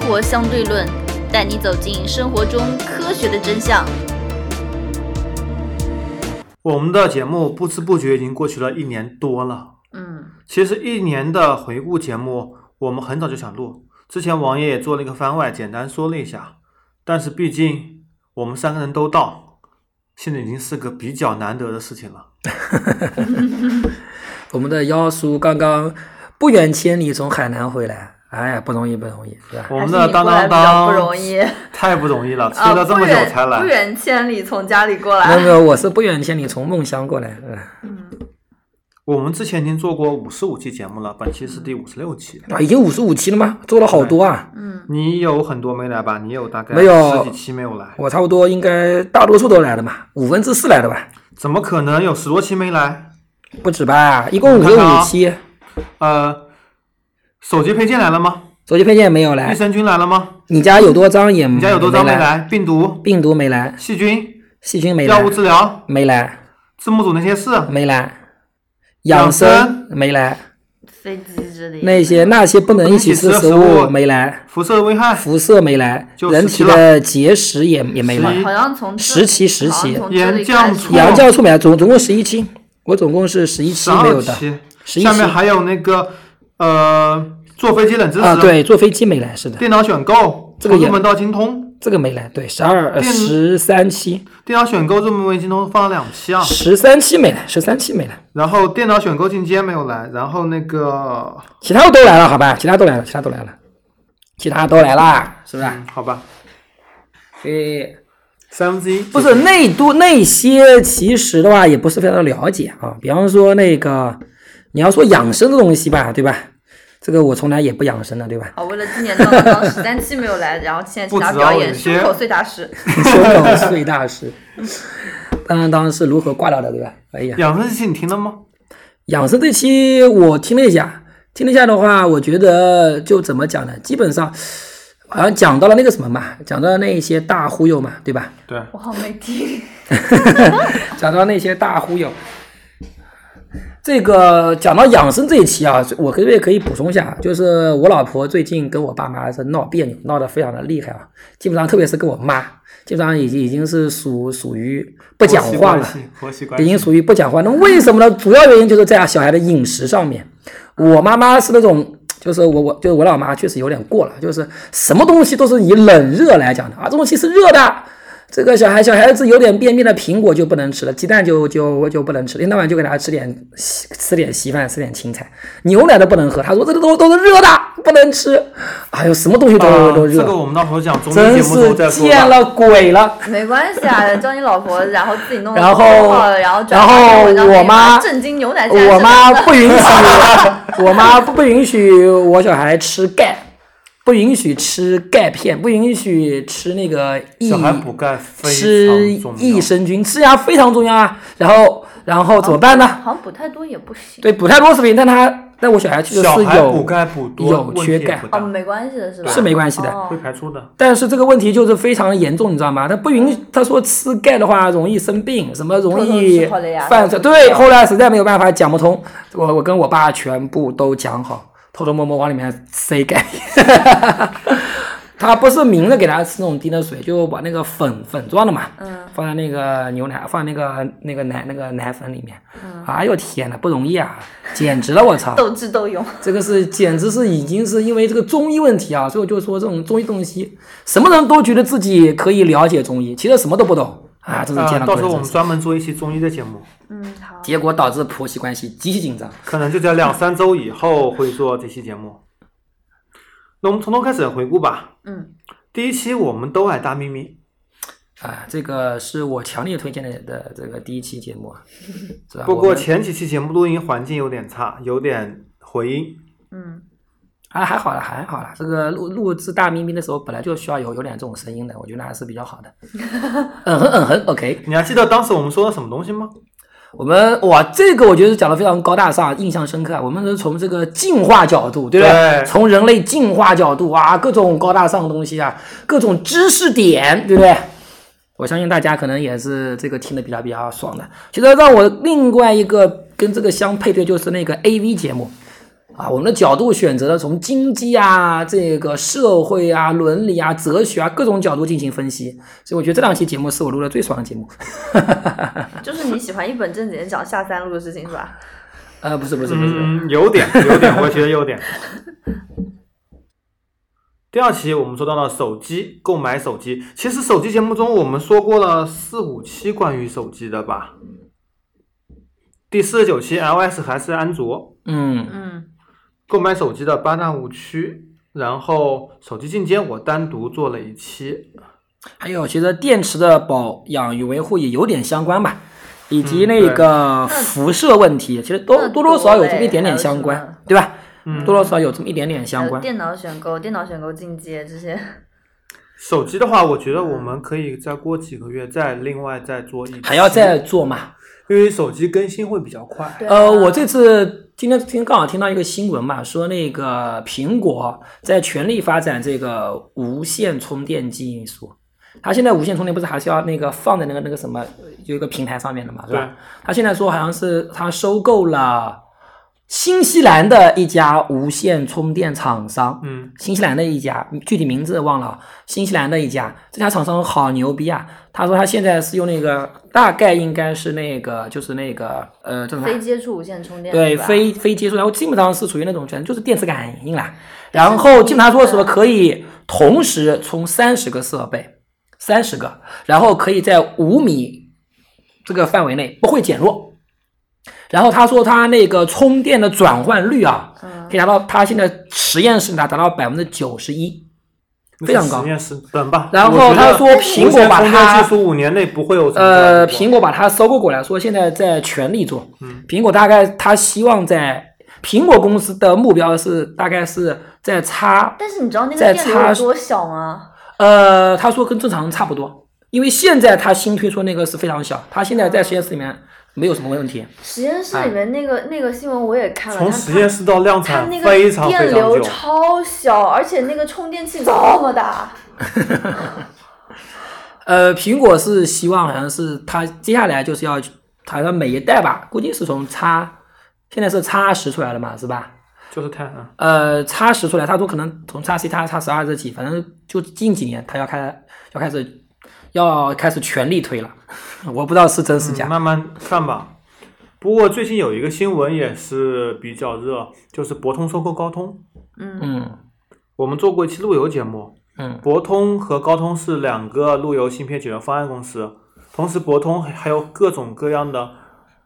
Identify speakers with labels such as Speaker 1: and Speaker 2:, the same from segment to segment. Speaker 1: 活相对论，带你走进生活中科学的真相。
Speaker 2: 我们的节目不知不觉已经过去了一年多了。
Speaker 1: 嗯，
Speaker 2: 其实一年的回顾节目，我们很早就想录，之前王爷也做了一个番外，简单说了一下。但是毕竟我们三个人都到，现在已经是个比较难得的事情了。
Speaker 3: 我们的妖叔刚刚不远千里从海南回来，哎呀，不容易，不容易，对吧？
Speaker 2: 我们
Speaker 1: 还
Speaker 2: 的
Speaker 1: 是你
Speaker 2: 当
Speaker 1: 过
Speaker 2: 当
Speaker 1: 来比较
Speaker 2: 当
Speaker 1: 不容易
Speaker 2: 太不容易了，催
Speaker 1: 啊，
Speaker 2: 了这
Speaker 1: 不
Speaker 2: 么久
Speaker 1: 远
Speaker 2: 才来。
Speaker 1: 不远千里从家里过
Speaker 3: 没有
Speaker 1: 来。
Speaker 3: 没有，我是不远千里从梦乡过来的，
Speaker 2: 我们之前已经做过五十五期节目了，本期是第五十六期。
Speaker 3: 啊，已经五十五期了吗？做了好多啊，
Speaker 1: 嗯，
Speaker 2: 你有很多没来吧？你有大概
Speaker 3: 没有
Speaker 2: 十几期没有来？
Speaker 3: 我差不多应该大多数都来了嘛，五分之四来了吧，
Speaker 2: 怎么可能有十多期没来？
Speaker 3: 不止吧，一共五
Speaker 2: 你看
Speaker 3: 十
Speaker 2: 看啊
Speaker 3: 五期。
Speaker 2: 呃，手机配件来了吗？
Speaker 3: 手机配件没有
Speaker 2: 益
Speaker 3: 来，
Speaker 2: 生菌来了吗？
Speaker 3: 你家有多张也
Speaker 2: 你家有多张没
Speaker 3: 哎没？
Speaker 2: 来？病毒、
Speaker 3: 病毒没来，
Speaker 2: 细菌、
Speaker 3: 细菌没
Speaker 2: 药
Speaker 3: 来
Speaker 2: 物，治疗、
Speaker 3: 没来，
Speaker 2: 字幕组那些事，
Speaker 3: 没来，
Speaker 2: 养
Speaker 3: 养
Speaker 2: 生
Speaker 3: 生没来，
Speaker 1: 飞机之类的
Speaker 3: 那些那些不能一起吃
Speaker 2: 不能一起吃
Speaker 3: 食
Speaker 2: 食物
Speaker 3: 物没来，
Speaker 2: 辐射危害、
Speaker 3: 辐射没来，
Speaker 2: 就
Speaker 3: 人
Speaker 2: 17
Speaker 3: 体
Speaker 2: 了
Speaker 3: 的结石也也没
Speaker 2: 11
Speaker 3: 来，
Speaker 1: 好像从这
Speaker 3: 十期十期
Speaker 1: 好像从这里
Speaker 2: 岩浆
Speaker 1: 开始
Speaker 2: 醋
Speaker 3: 羊教促没来，总总共十一期，我总共是十一
Speaker 2: 十
Speaker 3: 期
Speaker 2: 二
Speaker 3: 没有的，
Speaker 2: 期，
Speaker 3: 11
Speaker 2: 下面
Speaker 3: 期
Speaker 2: 还有那个呃，坐飞机冷知识、
Speaker 3: 啊，对，坐飞机没来，是的，
Speaker 2: 电脑选购、
Speaker 3: 这个
Speaker 2: 从
Speaker 3: 也
Speaker 2: 入门到精通，
Speaker 3: 这个没来，对，十二呃
Speaker 2: 电
Speaker 3: 十三期，
Speaker 2: 电脑选购入门精通放了两期啊，
Speaker 3: 十三期没来，十三期没来，
Speaker 2: 然后电脑选购进阶没有来，然后那个
Speaker 3: 其他都来了，好吧，其他都来了，其他都来了，其他都来啦，是不是？
Speaker 2: 嗯好吧，
Speaker 3: 所以
Speaker 2: 三分之一
Speaker 3: 不是内都那些，其实的话也不是非常了解啊。比方说那个，你要说养生的东西吧，对吧？这个我从来也不养生的，对吧？
Speaker 1: 好，哦为了今年当当当十三期没有来，然后现在请他
Speaker 2: 不止哦
Speaker 1: 表演
Speaker 2: 有些
Speaker 1: 胸口碎大石。
Speaker 3: 胸口碎大石，当然当然是如何挂掉的，对吧？哎呀，
Speaker 2: 养生这期你听了吗？
Speaker 3: 养生这期我听了一下，听了一下的话，我觉得就怎么讲呢？基本上好像讲到了那个什么嘛，讲到了那些大忽悠嘛，对吧？
Speaker 2: 对，
Speaker 1: 我好没听，
Speaker 3: 讲到那些大忽悠。这个讲到养生这一期啊，我可不可以可以补充一下？啊就是我老婆最近跟我爸妈是闹别扭，闹得非常的厉害啊，基本上特别是跟我妈，基本上已经已经是属属于不讲话了
Speaker 2: 婆媳关，系，婆媳关
Speaker 3: 已
Speaker 2: 系
Speaker 3: 经属于不讲话。那为什么呢？主要原因就是在啊小孩的饮食上面。我妈妈是那种，就是我我就是我老妈确实有点过了，就是什么东西都是以冷热来讲的啊，这东西是热的。这个小孩小孩子有点便秘了，苹果就不能吃了，鸡蛋就就就不能吃了，一天到晚就给他吃点稀吃点稀饭，吃点青菜，牛奶都不能喝。他说这个都都是热的，不能吃。哎呦，什么东西都、
Speaker 2: 啊，
Speaker 3: 都热，
Speaker 2: 这个我们到时候讲综艺
Speaker 3: 真
Speaker 2: 节目时
Speaker 3: 是
Speaker 2: 候再说
Speaker 3: 见
Speaker 2: 吧。
Speaker 3: 了鬼了。
Speaker 1: 没关系啊，叫你老婆，然后自己弄了
Speaker 3: 然后
Speaker 1: 公众号然后转发
Speaker 3: 然后
Speaker 1: 给让你
Speaker 3: 我妈
Speaker 1: 震惊牛奶现在 是
Speaker 3: 我 妈
Speaker 1: 冷的
Speaker 3: 不允许，我妈不允许我小孩吃钙，不允许吃钙片，不允许吃那个益
Speaker 2: 小孩补钙非
Speaker 3: 吃
Speaker 2: 常重
Speaker 3: 益
Speaker 2: 要，
Speaker 3: 生菌，吃呀非常重要啊。然后然后怎么办
Speaker 4: 哦
Speaker 3: 呢？
Speaker 1: 好像补太多也不行。
Speaker 3: 对，补太多食品，但他但我小孩确实
Speaker 2: 小
Speaker 3: 是
Speaker 2: 孩补
Speaker 3: 有
Speaker 2: 钙补多
Speaker 3: 有
Speaker 2: 问题
Speaker 3: 缺
Speaker 2: 也
Speaker 3: 钙
Speaker 2: 不大
Speaker 1: 哦，没关系的是吧？
Speaker 3: 是没关系的
Speaker 1: 哦
Speaker 2: 会排出的。
Speaker 3: 但是这个问题就是非常严重，你知道吗？他不允，
Speaker 1: 嗯
Speaker 3: 他说吃钙的话容易生病，什么容易
Speaker 1: 偷偷吃好了呀
Speaker 3: 犯错。对，后来实在没有办法讲不通，我我跟我爸全部都讲好，偷偷摸摸往里面塞钙。他不是明着给他吃那种低的水，就把那个粉粉状的嘛，
Speaker 1: 嗯，
Speaker 3: 放在那个牛奶，放那个那个奶那个奶粉里面。
Speaker 1: 嗯
Speaker 3: 哎呦天呐，不容易啊，简直了，我操！
Speaker 1: 斗智斗勇。
Speaker 3: 这个是简直是已经是因为这个中医问题啊，所以我就说这种中医东西，什么人都觉得自己可以了解中医，其实什么都不懂啊，这是
Speaker 2: 啊，
Speaker 3: 见
Speaker 2: 到
Speaker 3: 了鬼
Speaker 2: 时
Speaker 3: 了
Speaker 2: 候我
Speaker 3: 真
Speaker 2: 们
Speaker 3: 是。
Speaker 2: 专门做一期中医的节目，
Speaker 1: 嗯，好。
Speaker 3: 结果导致婆媳关系极其紧张。
Speaker 2: 可能就在两三周以后会做这期节目。那我们从头开始回顾吧。
Speaker 1: 嗯，
Speaker 2: 第一期我们都爱大咪咪，
Speaker 3: 啊，这个是我强烈推荐的的这个第一期节目，啊， 是吧？
Speaker 2: 不
Speaker 3: 我
Speaker 2: 过
Speaker 3: 们
Speaker 2: 前几期节目录音环境有点差，有点回音。
Speaker 1: 嗯，
Speaker 3: 还啊还好了，还好了。这个录录制大咪咪的时候，本来就需要有有点这种声音的，我觉得还是比 较好的。嗯哼嗯哼，OK。
Speaker 2: 你还记得当时我们说了什么东西吗？
Speaker 3: 我们哇，这个我觉得讲的非常高大上，印象深刻啊。我们是从这个进化角度，对不
Speaker 2: 对
Speaker 3: 从人类进化角度啊，各种高大上的东西啊，各种知识点，对不对？我相信大家可能也是这个听的比较比较爽的。其实让我另外一个跟这个相配对就是那个 A V 节目啊，我们的角度选择了从经济啊、这个社会啊、伦理啊、哲学啊各种角度进行分析，所以我觉得这两期节目是我录的最爽的节目。
Speaker 4: 就是你喜欢一本正经的讲下三路的事情是吧？
Speaker 3: 呃，不是不是不是，
Speaker 2: 嗯，有点，有点，我觉得有点。第二期我们说到了手机购买手机，其实手机节目中我们说过了四五期关于手机的吧。第四十九期 iOS 还是安卓，
Speaker 3: 嗯
Speaker 4: 嗯，
Speaker 2: 购买手机的八大误区，然后手机进阶我单独做了一期，
Speaker 3: 还有其实电池的保养与维护也有点相关吧，以及
Speaker 2: 嗯
Speaker 3: 那
Speaker 2: 对
Speaker 3: 个辐射问题，其实都
Speaker 4: 那
Speaker 3: 多多少少有这么一
Speaker 4: 多
Speaker 3: 点点
Speaker 4: 嘞
Speaker 3: 相
Speaker 4: 还有什
Speaker 3: 关
Speaker 4: 么，
Speaker 3: 对吧？
Speaker 2: 嗯
Speaker 3: 多多少少有这么一点点相
Speaker 4: 还有
Speaker 3: 关。
Speaker 4: 呃电脑选购、电脑选购进阶这些，
Speaker 2: 手机的话，我觉得我们可以再过几个月再另外再做一期，
Speaker 3: 还要再，做嘛？
Speaker 2: 因为手机更新会比较快。
Speaker 4: 对啊
Speaker 3: 呃，我这次今天听刚好听到一个新闻嘛，说那个苹果在全力发展这个无线充电技术。它现在无线充电不是还是要那个放在那个那个什么有一个平台上面的嘛，是吧？它现在说好像是它收购了新西兰的一家无线充电厂商，
Speaker 2: 嗯，
Speaker 3: 新西兰的一家，具体名字忘了啊，新西兰的一家，这家厂商好牛逼啊！他说他现在是用那个，大概应该是那个，就是那个，呃，叫什 么？
Speaker 4: 非接触无线充电
Speaker 3: 对，
Speaker 4: 是吧
Speaker 3: 非非接触，然后基本上是属于那种，反正就是电磁感应啦。然后基本上说什么可以同时充三十个设备，三十个，然后可以在五米这个范围内不会减弱。然后他说他那个充电的转换率啊，
Speaker 4: 嗯
Speaker 3: 可以达到他现在实验室达达到百分之九十一。非常高
Speaker 2: 实验室等吧。
Speaker 3: 然后
Speaker 2: 我觉得
Speaker 3: 他说苹果把
Speaker 2: 无
Speaker 3: 它
Speaker 2: 线充电技术五年内不会有什么
Speaker 3: 呃，
Speaker 2: 大的突破
Speaker 3: 苹果把它收购过来，说现在在全力做。
Speaker 2: 嗯
Speaker 3: 苹果大概它希望在苹果公司的目标是大概是在差
Speaker 4: 但是你知道那个
Speaker 3: 再
Speaker 4: 电流
Speaker 3: 插
Speaker 4: 有多小吗？
Speaker 3: 呃，他说跟正常人差不多，因为现在他新推出那个是非常小，他现在在实验室里面没有什么问题。
Speaker 4: 实验室里面那个、
Speaker 3: 嗯
Speaker 4: 那个新闻我也看了，
Speaker 2: 从
Speaker 4: 它
Speaker 2: 实验室到量
Speaker 4: 它
Speaker 2: 产
Speaker 4: 那个
Speaker 2: 非常非
Speaker 4: 电
Speaker 2: 常
Speaker 4: 流
Speaker 2: 久，
Speaker 4: 超小，而且那个充电器这么大，
Speaker 3: 呃，苹果是希望好像是它接下来就是要，好像每一代吧，估计是从叉，现在是叉十出来了嘛，是吧？
Speaker 2: 就是太嗯
Speaker 3: 呃，叉十出来，他说可能从叉 C、叉叉十二这几，反正就近几年他要开要开始要开始全力推了， 我不知道是真是假。
Speaker 2: 嗯慢慢看吧。不过最近有一个新闻也是比较热，就是博通收购高通。
Speaker 4: 嗯，
Speaker 3: 嗯
Speaker 2: 我们做过一期路由节目，
Speaker 3: 嗯
Speaker 2: 博通和高通是两个路由芯片解决方案公司，同时博通还有各种各样的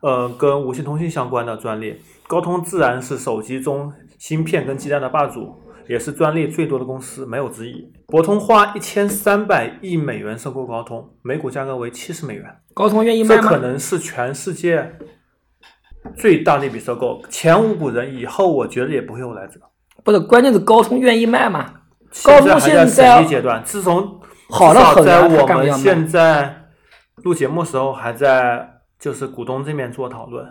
Speaker 2: 呃跟无线通信相关的专利，高通自然是手机中芯片跟基站的霸主，也是专利最多的公司，没有之一。博通花一千三百亿美元收购高通，每股价格为七十美元。
Speaker 3: 高通愿意卖
Speaker 2: 这可
Speaker 3: 吗？
Speaker 2: 能是全世界最大的一笔收购，前无古人，以后我觉得也不会有来者。
Speaker 3: 不是，关键是高通愿意卖吗？
Speaker 2: 现
Speaker 3: 高通
Speaker 2: 在
Speaker 3: 现
Speaker 2: 还在
Speaker 3: 在
Speaker 2: 审议阶段，自从
Speaker 3: 好了
Speaker 2: 至少
Speaker 3: 很啊
Speaker 2: 在
Speaker 3: 他
Speaker 2: 我
Speaker 3: 干嘛
Speaker 2: 们
Speaker 3: 要卖
Speaker 2: 现在录节目时候还在就是股东这边做讨论。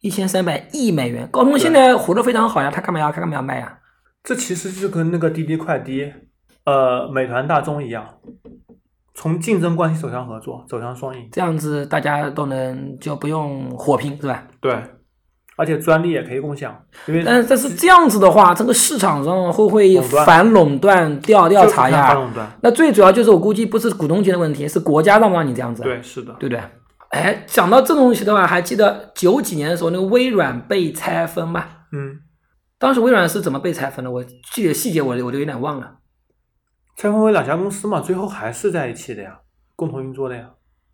Speaker 3: 一千三百亿美元，高通现在活得非常好呀，他干嘛要他干嘛要卖呀？
Speaker 2: 这其实就跟那个滴滴快滴、呃美团大众一样，从竞争关系走向合作，走向双赢。
Speaker 3: 这样子大家都能就不用火拼是吧？
Speaker 2: 对，而且专利也可以共享，因为
Speaker 3: 但是但是这样子的话，这个市场上会不会
Speaker 2: 垄断
Speaker 3: 反垄断调调查
Speaker 2: 就是看反
Speaker 3: 呀？
Speaker 2: 垄断。
Speaker 3: 那最主要就是我估计不是股东级的问题，是国家让不让你这样子，啊
Speaker 2: 对，是的。
Speaker 3: 对不对？哎，讲到这东西的话，还记得九几年的时候那个微软被拆分吗？
Speaker 2: 嗯，
Speaker 3: 当时微软是怎么被拆分的？我具体的细节我我都有点忘了，
Speaker 2: 拆分为两家公司嘛，最后还是在一起的呀，共同运作的呀。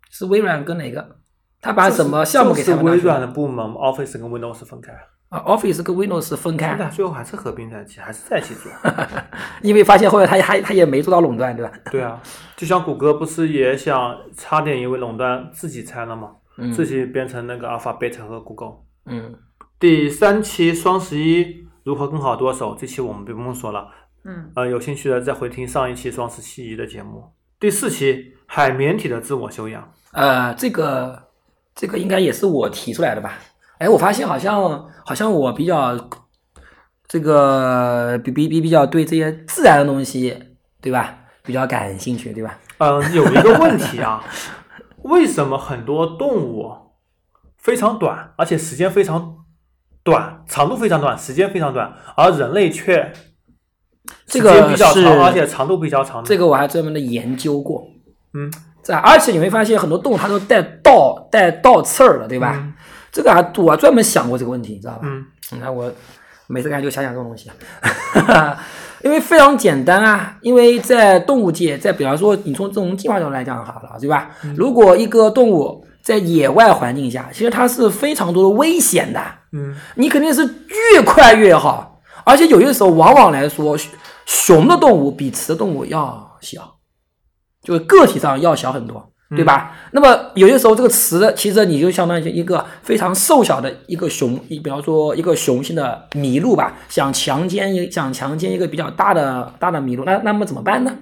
Speaker 3: 是微软跟哪个？他把什么项目给
Speaker 2: 就
Speaker 3: 拆
Speaker 2: 是
Speaker 3: 分到
Speaker 2: 微
Speaker 3: 去了
Speaker 2: 软的部门 Office 跟 Windows 分开，
Speaker 3: 啊，Office 跟 Windows 分
Speaker 2: 他
Speaker 3: 开
Speaker 2: 们，俩最后还是合并在一起，还是在一起做。
Speaker 3: 因为发现后来他还他也没做到垄断，对吧？
Speaker 2: 对啊，就像谷歌不是也想差点因为垄断自己拆了吗？
Speaker 3: 嗯
Speaker 2: 自己变成那个 Alphabet 和 Google。
Speaker 3: 嗯，
Speaker 2: 第三期双十一如何更好剁手，这期我们不用说了，
Speaker 4: 嗯，
Speaker 2: 呃，有兴趣的再回听上一期双十七的节目。第四期海绵体的自我修养，
Speaker 3: 呃，这个这个应该也是我提出来的吧？哎，我发现好像好像我比较这个比比比比较对这些自然的东西，对吧？比较感兴趣，对吧？
Speaker 2: 嗯、有一个问题啊， 为什么很多动物非常短，而且时间非常短，长度非常短，时间非常短，而人类却
Speaker 3: 这
Speaker 2: 时间
Speaker 3: 个
Speaker 2: 比较
Speaker 3: 是
Speaker 2: 长，而且长度比较长的。
Speaker 3: 这个我还专门的研究过。
Speaker 2: 嗯，
Speaker 3: 在而且你会发现很多动物它都带倒带倒刺儿了，对吧？
Speaker 2: 嗯
Speaker 3: 这个还我还专门想过这个问题，你知道吧？
Speaker 2: 嗯，
Speaker 3: 你看我每次看就想想这种东西， 因为非常简单啊。因为在动物界，在比方说你从从进化角度来讲好了，对吧？如果一个动物在野外环境下，其实它是非常多的危险的。
Speaker 2: 嗯，
Speaker 3: 你肯定是越快越好，而且有些时候往往来说，熊熊的动物比雌的动物要小，就是个体上要小很多，对吧？那么有些时候这个雌的，其实你就相当于一个非常瘦小的一个雄，一比方说一个雄性的麋鹿吧，想强奸一想强奸一个比较大的大的麋鹿，那那么怎么办呢？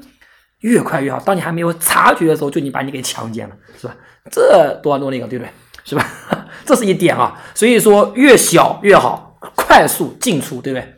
Speaker 3: 越快越好。当你还没有察觉的时候，就已经把你给强奸了，是吧？这多少多那个，对不对？是吧？ 这是一点啊。所以说，越小越好，快速进出，对不对？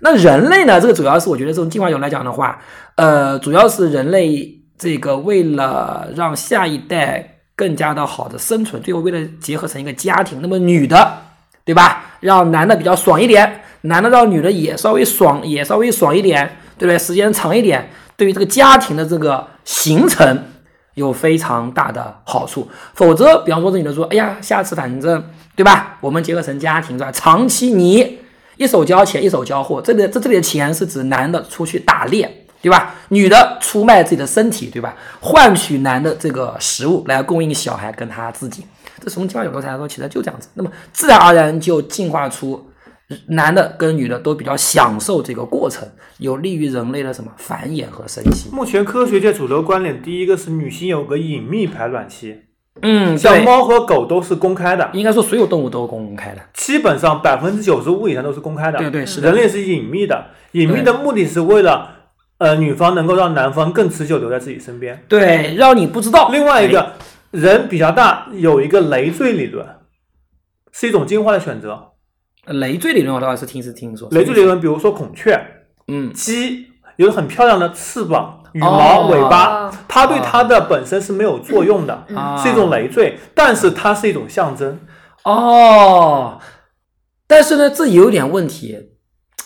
Speaker 3: 那人类呢？这个主要是我觉得从进化角度来讲的话，呃，主要是人类这个为了让下一代更加的好的生存，最后为了结合成一个家庭，那么女的，对吧？让男的比较爽一点，男的让女的也稍微爽，也稍微爽一点，对不对？时间长一点，对于这个家庭的这个形成有非常大的好处。否则，比方说这女的说，哎呀，下次反正对吧？我们结合成家庭是吧？长期你一手交钱一手交货，这里这这里的钱是指男的出去打猎，对吧？女的出卖自己的身体，对吧？换取男的这个食物来供应小孩跟他自己。这从进化角度来说，其实就这样子。那么自然而然就进化出男的跟女的都比较享受这个过程，有利于人类的什么繁衍和生息。
Speaker 2: 目前科学界主流观点，第一个是女性有个隐秘排卵期，
Speaker 3: 嗯，
Speaker 2: 像
Speaker 3: 对，
Speaker 2: 猫和狗都是公开的，
Speaker 3: 应该说所有动物都公开的。
Speaker 2: 基本上百分之九十五以上都是公开的。
Speaker 3: 对对是的
Speaker 2: 人类是隐秘的，隐秘的目的是为了，呃，女方能够让男方更持久留在自己身边。
Speaker 3: 对，让你不知道。
Speaker 2: 另外一
Speaker 3: 哎
Speaker 2: 个，人比较大，有一个累赘理论，是一种进化的选择。
Speaker 3: 哎累赘理论我倒是听是听说。
Speaker 2: 累赘理论，比如说孔雀、
Speaker 3: 嗯，
Speaker 2: 鸡，有很漂亮的翅膀、羽毛、
Speaker 3: 哦
Speaker 2: 尾巴
Speaker 4: 哦，
Speaker 2: 它对它的本身是没有作用的，
Speaker 3: 啊
Speaker 2: 是一种累赘，但是它是一种象征。
Speaker 3: 哦，但是呢，这有点问题，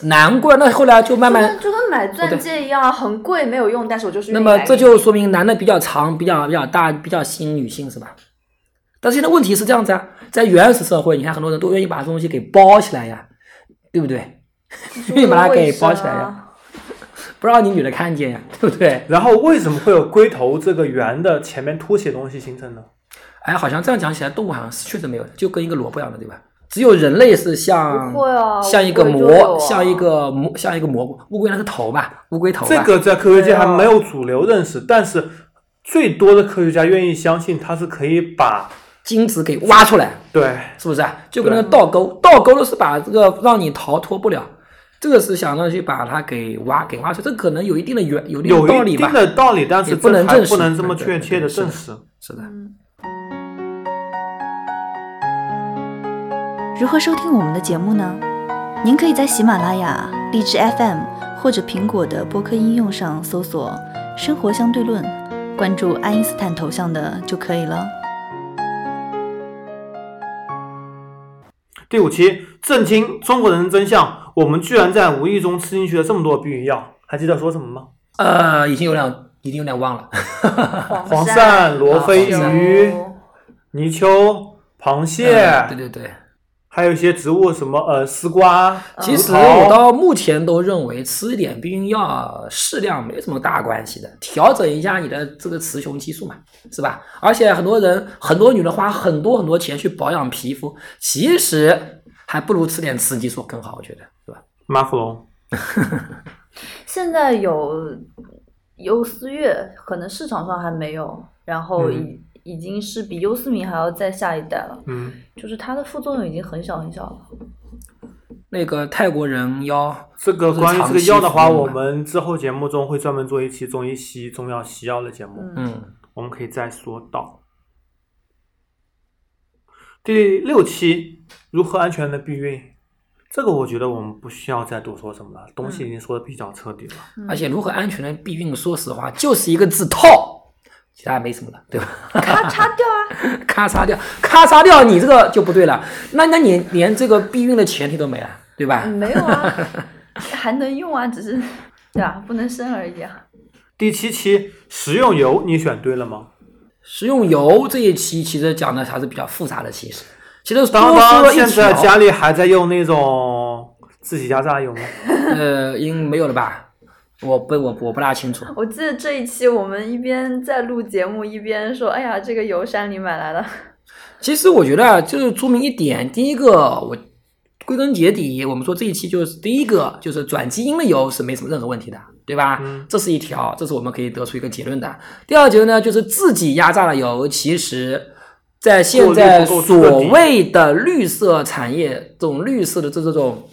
Speaker 3: 难怪那后来就慢
Speaker 4: 就
Speaker 3: 慢
Speaker 4: 跟，就跟买钻戒一样，很贵没有用，但是我就是
Speaker 3: 那
Speaker 4: 愿意
Speaker 3: 么
Speaker 4: 买
Speaker 3: 这就说明男的比较长，比较比较大，比较吸引女性是吧？但是现在问题是这样子啊，在原始社会，你看很多人都愿意把这东西给包起来呀，对不对？
Speaker 4: 你
Speaker 3: 愿意把它给
Speaker 4: 卫生
Speaker 3: 包起来呀，不让你女的看见呀， 对不对？
Speaker 2: 然后为什么会有龟头这个圆的前面凸起的东西形成呢？
Speaker 3: 哎，好像这样讲起来，动物好像是确实没有的，就跟一个萝卜一样的，对吧？只有人类是像
Speaker 4: 不会啊
Speaker 3: 像一个
Speaker 4: 乌龟
Speaker 3: 蘑
Speaker 4: 就有，啊
Speaker 3: 像一个蘑，像一个蘑菇。乌龟那是头吧？乌龟头吧？
Speaker 2: 这个在科学界还没有主流认识，但是最多的科学家愿意相信它是可以把
Speaker 3: 精子给挖出来，
Speaker 2: 对
Speaker 3: 是不是啊？就跟那个倒钩，倒钩的是把这个让你逃脱不了，这个是想让去把它给挖给挖出来，这可能有一定的原有一定
Speaker 2: 有
Speaker 3: 的道
Speaker 2: 一
Speaker 3: 理吧
Speaker 2: 定。的道理，但
Speaker 3: 也
Speaker 2: 是
Speaker 3: 不
Speaker 2: 这
Speaker 3: 能
Speaker 2: 还
Speaker 3: 证实
Speaker 2: 不能这么
Speaker 3: 对
Speaker 2: 确
Speaker 3: 对
Speaker 2: 切的
Speaker 3: 对对
Speaker 2: 证实。
Speaker 3: 是的，
Speaker 2: 嗯
Speaker 1: 如何收听我们的节目呢？您可以在喜马拉雅、荔枝 FM 或者苹果的播客应用上搜索“生活相对论”，关注爱因斯坦头像的就可以了。
Speaker 2: 第五期震惊中国人的真相，我们居然在无意中吃进去了这么多避孕药，还记得说什么吗？
Speaker 3: 呃，已经有点已经有点忘了。
Speaker 2: 黄
Speaker 4: 啊鳝、
Speaker 2: 鳝、罗非
Speaker 3: 啊黄鳝
Speaker 2: 鱼、泥鳅、螃蟹，
Speaker 3: 嗯对对对。
Speaker 2: 还有一些植物，什么呃丝瓜、
Speaker 3: 其实
Speaker 2: 葡萄
Speaker 3: 我到目前都认为吃一点避孕药适量没什么大关系的，调整一下你的这个雌雄激素嘛，是吧？而且很多人很多女人花很多很多钱去保养皮肤，其实还不如吃点雌激素更好，我觉得，是吧？
Speaker 2: 马芙龙，
Speaker 4: 现在有优思悦，可能市场上还没有，然后已、已经是比优思明还要再下一代了，
Speaker 2: 嗯，
Speaker 4: 就是它的副作用已经很小很小 了。
Speaker 3: 那个泰国人妖，
Speaker 2: 这个
Speaker 3: 是
Speaker 2: 关于
Speaker 3: 长
Speaker 2: 这个
Speaker 3: 期
Speaker 2: 药的话，
Speaker 3: 服用
Speaker 2: 我
Speaker 3: 嘛
Speaker 2: 们之后节目中会专门做一期中医西中药西药的节目，
Speaker 4: 嗯，
Speaker 3: 嗯，
Speaker 2: 我们可以再说到。第六期如何安全的避孕，这个我觉得我们不需要再多说什么了，东西
Speaker 3: 嗯
Speaker 2: 已经说的比较彻底了。
Speaker 3: 而且如何安全的避孕，说实话就是一个字套，其他没什么了，对吧？
Speaker 4: 咔嚓掉啊！
Speaker 3: 咔嚓掉，咔嚓掉，你这个就不对了。那那你连这个避孕的前提都没了，对吧？
Speaker 4: 没有啊，还能用啊，只是对吧、不能生而已啊。
Speaker 2: 第七期食用油你选对了吗？
Speaker 3: 食用油这一期其实讲的还是比较复杂的，其实其实多
Speaker 2: 当
Speaker 3: 说
Speaker 2: 当
Speaker 3: 了一
Speaker 2: 现在
Speaker 3: 条
Speaker 2: 家里还在用那种自己家榨油吗？
Speaker 3: 呃，应没有了吧？我不我我不大清楚。
Speaker 4: 我记得这一期我们一边在录节目，一边说：“哎呀，这个油山里买来的。
Speaker 3: 其实我觉得啊就是说明一点，第一个我归根结底，我们说这一期就是第一个就是转基因的油是没什么任何问题的，对吧？
Speaker 2: 嗯
Speaker 3: 这是一条，这是我们可以得出一个结论的。第二结论呢，就是自己压榨的油，其实在现
Speaker 2: 过滤
Speaker 3: 在
Speaker 2: 不够彻
Speaker 3: 所
Speaker 2: 底
Speaker 3: 谓的绿色产业这种绿色的这这种。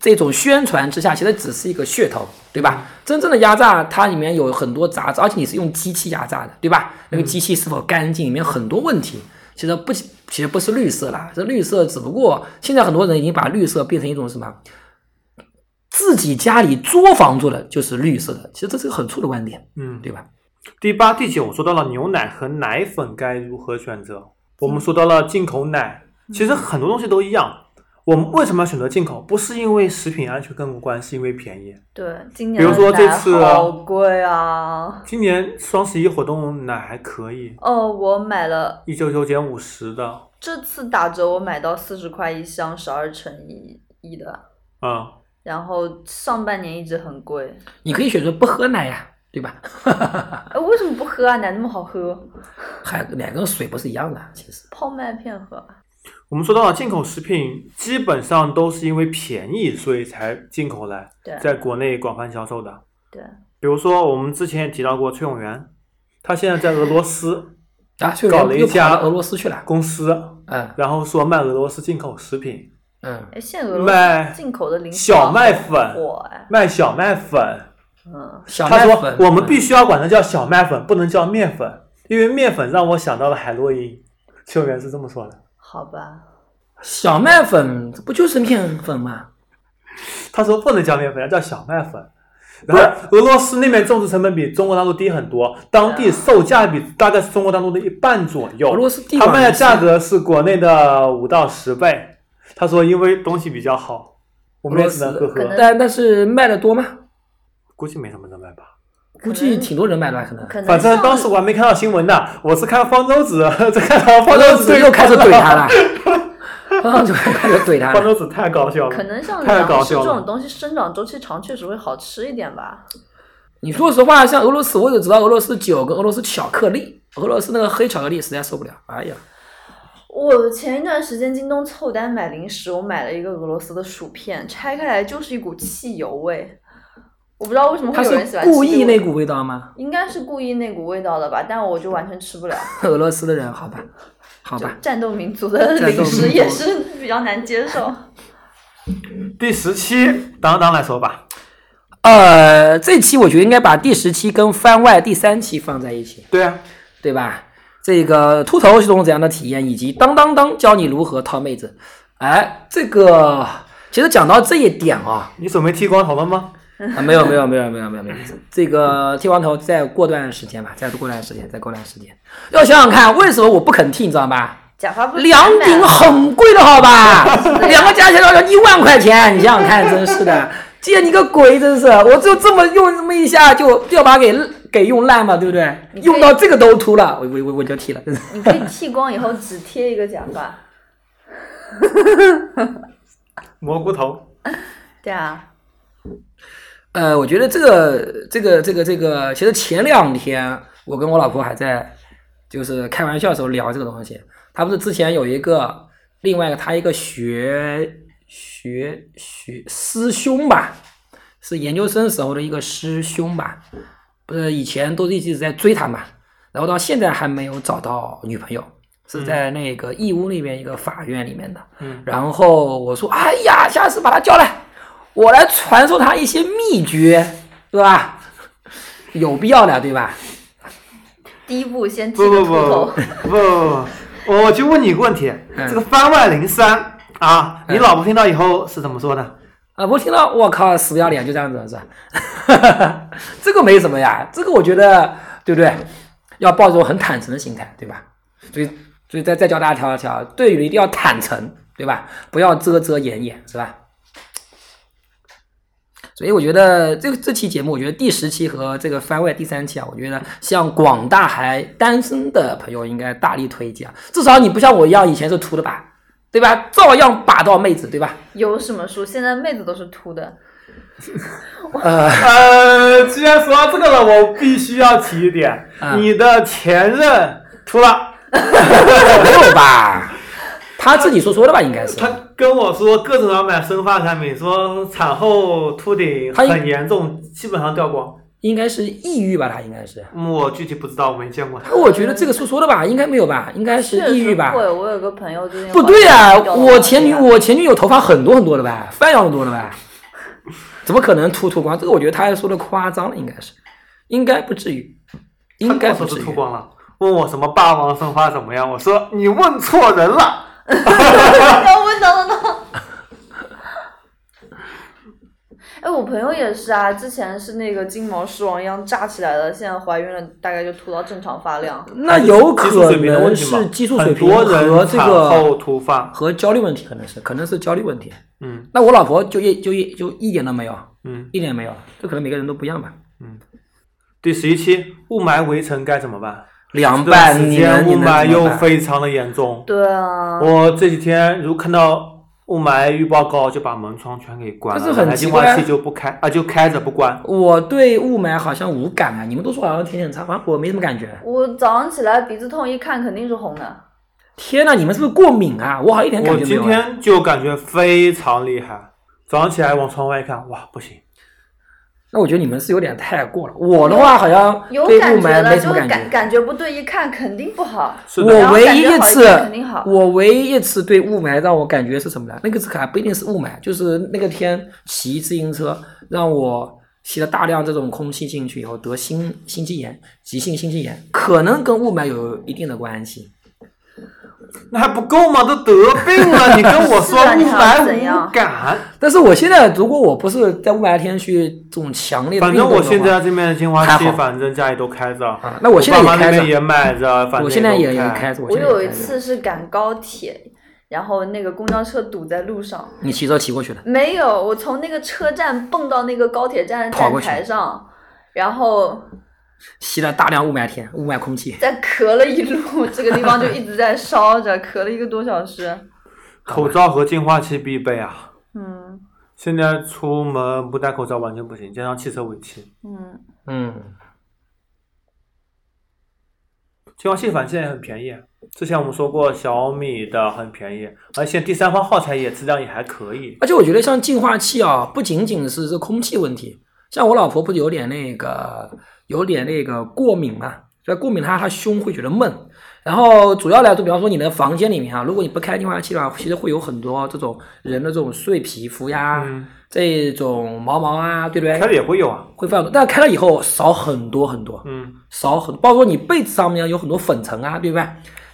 Speaker 3: 这种宣传之下，其实只是一个噱头，对吧？真正的压榨，它里面有很多杂质，而且你是用机器压榨的，对吧？那个机器是否干净，里面很多问题。其实不，其实不是绿色啦，这绿色只不过现在很多人已经把绿色变成一种什么，自己家里作坊做的就是绿色的，其实这是个很错的观点，
Speaker 2: 嗯，
Speaker 3: 对吧？
Speaker 2: 第八、第九说到了牛奶和奶粉该如何选择，我们说到了进口奶，其实很多东西都一样。我们为什么要选择进口？不是因为食品安全更无关，是因为便宜。”
Speaker 4: 对，今
Speaker 2: 比
Speaker 4: 年
Speaker 2: 如说
Speaker 4: 的
Speaker 2: 这
Speaker 4: 奶
Speaker 2: 次
Speaker 4: 好贵啊！
Speaker 2: 今年双十一活动奶还可以，
Speaker 4: 哦，我买了
Speaker 2: 一九九减五十的，
Speaker 4: 这次打折，我买到四十块一箱，十二乘以一的，
Speaker 2: 嗯，
Speaker 4: 然后上半年一直很贵。
Speaker 3: 你可以选择不喝奶呀、对吧？
Speaker 4: 哎，为什么不喝啊？奶那么好喝，
Speaker 3: 还奶跟水不是一样的，其实。
Speaker 4: 泡麦片喝。啊
Speaker 2: 我们说到了进口食品，基本上都是因为便宜，所以才进口来，
Speaker 4: 对啊
Speaker 2: 在国内广泛销售的。
Speaker 4: 对，啊
Speaker 2: 比如说，我们之前也提到过崔永元，他现在在俄罗斯
Speaker 3: 啊，所以
Speaker 2: 搞了一
Speaker 3: 又跑
Speaker 2: 家
Speaker 3: 到俄罗斯去了。
Speaker 2: 公司，
Speaker 3: 嗯
Speaker 2: 然后说卖俄罗斯进口食品，
Speaker 3: 嗯，
Speaker 4: 哎，现在俄罗
Speaker 2: 卖
Speaker 4: 斯进口的零食
Speaker 2: 小麦
Speaker 4: 很
Speaker 2: 粉
Speaker 4: 火哎，
Speaker 2: 卖小麦粉。
Speaker 4: 嗯，
Speaker 3: 小
Speaker 2: 他
Speaker 3: 麦
Speaker 2: 说
Speaker 3: 粉，嗯
Speaker 2: 我们必须要管它叫小麦粉，不能叫面粉，因为面粉让我想到了海洛因。崔永元是这么说的。
Speaker 4: 好吧，
Speaker 3: 小麦粉不就是面粉吗？
Speaker 2: 他说不能叫面粉，要叫小麦粉。然后俄罗斯那边种植成本比中国大陆低很多，当
Speaker 3: 啊
Speaker 2: 地售价比大概是中国大陆的一半左右。
Speaker 3: 俄罗斯地
Speaker 2: 他
Speaker 3: 广
Speaker 2: 卖的
Speaker 3: 人稀
Speaker 2: 价格是国内的五到十倍。他说因为东西比较好，我们也只能
Speaker 3: 俄
Speaker 2: 呵
Speaker 3: 罗
Speaker 4: 可
Speaker 2: 呵
Speaker 4: 能，
Speaker 3: 但但是卖的多吗？
Speaker 2: 估计没什么人买吧。
Speaker 3: 估计挺多人买的吧，可能。
Speaker 4: 可能
Speaker 2: 反正
Speaker 4: 像
Speaker 2: 当时我还没看到新闻呢，我是看方舟子， 这看到方
Speaker 3: 方
Speaker 2: 舟
Speaker 3: 舟
Speaker 2: 子
Speaker 3: 子
Speaker 2: 对
Speaker 3: 又开始怼他了，方舟子又开始怼他
Speaker 2: 方
Speaker 3: 了。
Speaker 2: 舟子太搞笑了，
Speaker 4: 可能像
Speaker 2: 太搞
Speaker 4: 粮食
Speaker 2: 笑
Speaker 4: 这种
Speaker 2: 了。
Speaker 4: 东西生长周期长，确实会好吃一点吧。
Speaker 3: 你说实话，像俄罗斯，我只知道俄罗斯酒跟俄罗斯巧克力，俄罗斯那个黑巧克力实在受不了。哎呀，
Speaker 4: 我前一段时间京东凑单买零食，我买了一个俄罗斯的薯片，拆开来就是一股汽油味，我不知道为什么
Speaker 3: 他
Speaker 4: 会有
Speaker 3: 是
Speaker 4: 人喜欢吃。
Speaker 3: 故意那，股味道吗？
Speaker 4: 应该是故意那股味道的吧，但我就完全吃不了。
Speaker 3: 俄罗斯的人，好吧，好
Speaker 4: 就
Speaker 3: 吧，
Speaker 4: 战斗民族的
Speaker 3: 战斗
Speaker 4: 零
Speaker 3: 民
Speaker 4: 食
Speaker 3: 族
Speaker 4: 也是比较难接受。
Speaker 2: 第十期，当当来说吧，
Speaker 3: 呃，这期我觉得应该把第十期跟番外第三期放在一起，
Speaker 2: 对啊，
Speaker 3: 对吧？这个秃头是种怎样的体验，以及当当当教你如何套妹子。哎，这个其实讲到这一点啊、
Speaker 2: 你准备剃光头了吗？
Speaker 3: 啊，没有没有没有没有没有没有，这个剃光头再过段时间吧，再过段时间，再过段时间，要想想看为什么我不肯剃，你知道吧？
Speaker 4: 假发不是
Speaker 3: 两
Speaker 4: 买
Speaker 3: 顶
Speaker 4: 了
Speaker 3: 很贵的好吧，两个加起来要一万块钱，你想想看，真是的，借你个鬼，真是，我就这么用这么一下就掉把给给用烂嘛，对不对？
Speaker 4: 你可以
Speaker 3: 用到这个都秃了，我我我我就剃了，真是。
Speaker 4: 你可以剃光以后只贴一个假发。
Speaker 2: 蘑菇头，
Speaker 4: 对啊，
Speaker 3: 呃，我觉得这个这个这个这个，其实前两天我跟我老婆还在就是开玩笑的时候聊这个东西。她不是之前有一个另外一个她一个学学学师兄吧，是研究生时候的一个师兄吧，不是以前都是一直在追她嘛，然后到现在还没有找到女朋友，是在那个义乌那边一个法院里面的。
Speaker 2: 嗯，
Speaker 3: 然后我说：“哎呀，下次把他叫来，我来传授他一些秘诀，对吧？有必要的，对吧？
Speaker 4: 第一步先剃
Speaker 2: 不
Speaker 4: 个
Speaker 2: 不
Speaker 4: 秃头
Speaker 2: 不。 不不不，我就问你一个问题，
Speaker 3: 嗯
Speaker 2: 这个番外零三啊，你
Speaker 3: 嗯
Speaker 2: 老婆听到以后是怎么说的？
Speaker 3: 啊，我听到，我靠，死不要 脸，就这样子是吧？这个没什么呀，这个我觉得对不对？要抱着一种很坦诚的心态，对吧？所以，所以再再教大家调一调，对语一定要坦诚，对吧？不要遮遮掩掩，是吧？所以我觉得这个这期节目，我觉得第十期和这个番外第三期啊，我觉得像广大还单身的朋友应该大力推荐啊，至少你不像我一样以前是秃的吧，对吧？照样把到妹子，对吧？
Speaker 4: 有什么书？现在妹子都是秃的，
Speaker 3: 呃，
Speaker 2: 呃，既然说到这个了，我必须要提一点，
Speaker 3: 啊
Speaker 2: 你的前任秃了，
Speaker 3: 没有吧？他自己说说的吧，应该是。
Speaker 2: 他跟我说各种要买生发产品，说产后秃顶
Speaker 3: 他
Speaker 2: 很严重，基本上掉光。
Speaker 3: 应该是抑郁吧，他应该是。
Speaker 2: 嗯我具体不知道，我没见过他。
Speaker 3: 我觉得这个说说的吧，应该没有吧，应该是抑郁吧
Speaker 4: 确。实会，我有个朋友最近
Speaker 3: 不对啊，
Speaker 4: 有
Speaker 3: 我前女
Speaker 4: 有
Speaker 3: 我前女友头发很多很多的吧，非常多的吧，怎么可能秃秃光？这个我觉得他还说的夸张了，应该是，应该不至于，应该
Speaker 2: 他
Speaker 3: 不
Speaker 2: 跟我说
Speaker 3: 至
Speaker 2: 是
Speaker 3: 于
Speaker 2: 秃。光了，问我什么霸王生发怎么样，我说你问错人了。
Speaker 4: 等等等等。哎，我朋友也是啊，之前是那个金毛狮王一样炸起来的，现在怀孕了，大概就秃到正常发量。
Speaker 3: 那有
Speaker 2: 技术
Speaker 3: 可
Speaker 2: 水平的问
Speaker 3: 能
Speaker 2: 题嘛
Speaker 3: 是技术水
Speaker 2: 很
Speaker 3: 平
Speaker 2: 多
Speaker 3: 和
Speaker 2: 人
Speaker 3: 这
Speaker 2: 产
Speaker 3: 个
Speaker 2: 后突发，
Speaker 3: 和焦虑问题，可能是可能是焦虑问题。
Speaker 2: 嗯
Speaker 3: 那我老婆就一就一就一点都没有，
Speaker 2: 嗯。
Speaker 3: 一点没有，这可能每个人都不一样吧。
Speaker 2: 第十一期雾霾围城该怎么办？
Speaker 3: 两
Speaker 2: 这段
Speaker 3: 百
Speaker 2: 时
Speaker 3: 年
Speaker 2: 间雾
Speaker 3: 你能
Speaker 2: 霾
Speaker 3: 怎么
Speaker 2: 又
Speaker 3: 办
Speaker 2: 非常的严重。
Speaker 4: 对啊，
Speaker 2: 我这几天如看到雾霾预报高，就把门窗全给关了，
Speaker 3: 但是很
Speaker 2: 本来
Speaker 3: 奇
Speaker 2: 净
Speaker 3: 怪啊
Speaker 2: 化器就不开啊，就开着不关。
Speaker 3: 我对雾霾好像无感啊，你们都说好像天气很差，我没什么感觉。
Speaker 4: 我早上起来鼻子痛，一看肯定是红的。
Speaker 3: 天呐，你们是不是过敏啊？我好像一点感
Speaker 2: 我
Speaker 3: 觉没
Speaker 2: 今
Speaker 3: 有啊。
Speaker 2: 天就感觉非常厉害，早上起来往窗外一看，哇，不行，
Speaker 3: 那我觉得你们是有点太过了。我的话好像
Speaker 4: 有
Speaker 3: 对
Speaker 4: 感
Speaker 3: 雾
Speaker 4: 觉
Speaker 3: 霾
Speaker 4: 的
Speaker 3: 没什
Speaker 4: 就
Speaker 3: 么
Speaker 4: 会
Speaker 3: 感
Speaker 4: 感
Speaker 3: 觉。
Speaker 4: 感觉不对，一看肯定不好。
Speaker 2: 是的，
Speaker 3: 我唯一一次
Speaker 4: 然后感觉好一点肯定好，
Speaker 3: 我唯一一次对雾霾让我感觉是什么呢？那个次卡不一定是雾霾，就是那个天骑自行车让我吸了大量这种空气进去以后得心心肌炎，急性心肌炎，可能跟雾霾有一定的关系。
Speaker 2: 那还不够吗？都得病了，你跟我
Speaker 4: 是
Speaker 2: 说
Speaker 4: 啊
Speaker 2: 雾
Speaker 4: 你想怎
Speaker 2: 霾
Speaker 4: 样
Speaker 2: 无感，
Speaker 3: 但是我现在如果我不是在雾霾天去这种强烈的
Speaker 2: 反
Speaker 3: 运动
Speaker 2: 正
Speaker 3: 的
Speaker 2: 我
Speaker 3: 话，
Speaker 2: 现在这边的净化
Speaker 3: 还
Speaker 2: 器
Speaker 3: 好，
Speaker 2: 反正家里都开着，
Speaker 3: 啊，那我现在
Speaker 2: 爸妈那
Speaker 3: 也开
Speaker 2: 边
Speaker 3: 着，
Speaker 2: 也买着，反正
Speaker 3: 我现在
Speaker 2: 都
Speaker 3: 也也
Speaker 2: 开
Speaker 3: 开着。
Speaker 4: 我
Speaker 3: 现在也
Speaker 4: 有一
Speaker 3: 开着
Speaker 4: 次是赶高铁，然后那个公交车堵在路上，
Speaker 3: 你骑车骑过去的，
Speaker 4: 没有，我从那个车站蹦到那个高铁站的
Speaker 3: 跑
Speaker 4: 站
Speaker 3: 过去
Speaker 4: 台上，然后
Speaker 3: 吸了大量雾霾天、雾霾空气。
Speaker 4: 再咳了一路， 这个地方就一直在烧着，咳了一个多小时。
Speaker 2: 口罩和净化器必备啊。
Speaker 4: 嗯
Speaker 2: 现在出门不戴口罩完全不行，加上汽车尾气，
Speaker 4: 嗯，
Speaker 3: 嗯，
Speaker 2: 净化器反正现在也很便宜。之前我们说过小米的很便宜，而且第三方耗材也质量也还可以。
Speaker 3: 而且我觉得像净化器啊，不仅仅是这空气问题，像我老婆不是有点那个有点那个过敏嘛，所以过敏她她胸会觉得闷。然后主要来说，比方说你的房间里面啊，如果你不开净化器的话，其实会有很多这种人的这种碎皮肤呀，
Speaker 2: 嗯，
Speaker 3: 这种毛毛啊，对不
Speaker 2: 开
Speaker 3: 对？
Speaker 2: 的也会有啊。
Speaker 3: 会放，但开了以后少很多很多，
Speaker 2: 嗯，
Speaker 3: 少很，包括你被子上面有很多粉尘啊，对不对？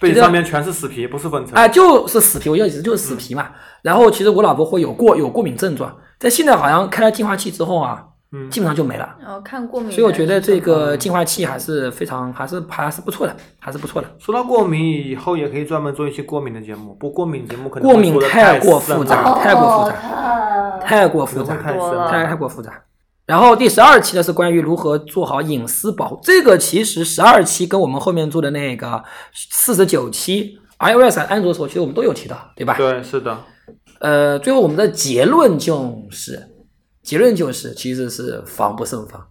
Speaker 2: 被子上面全是死皮，不是粉尘。
Speaker 3: 啊、就是死皮，我意思就
Speaker 2: 嗯
Speaker 3: 是死皮嘛。然后其实我老婆会有过有过敏症状，但现在好像开了净化器之后啊，
Speaker 2: 嗯
Speaker 3: 基本上就没了。
Speaker 4: 然后看过敏源，
Speaker 3: 所以我觉得这个净化器还是非常还是还是不错的，还是不错的。
Speaker 2: 说到过敏，以后也可以专门做一期过敏的节目。不过敏节目可能
Speaker 3: 过敏
Speaker 2: 会做得
Speaker 3: 太
Speaker 2: 太
Speaker 3: 过
Speaker 2: 深
Speaker 3: 复
Speaker 2: 了
Speaker 3: 杂，太过复杂，
Speaker 4: 杂
Speaker 3: 太过
Speaker 2: 可
Speaker 3: 复
Speaker 2: 能
Speaker 3: 杂
Speaker 2: 会，太深
Speaker 4: 多
Speaker 2: 了。
Speaker 4: 了
Speaker 3: 太太过复杂。然后第十二期呢是关于如何做好隐私保护，这个其实十二期跟我们后面做的那个四十九期 iOS 和安卓手机我们都有提到，对吧？
Speaker 2: 对，是的，
Speaker 3: 呃，最后我们的结论就是，结论就是其实是防不胜防。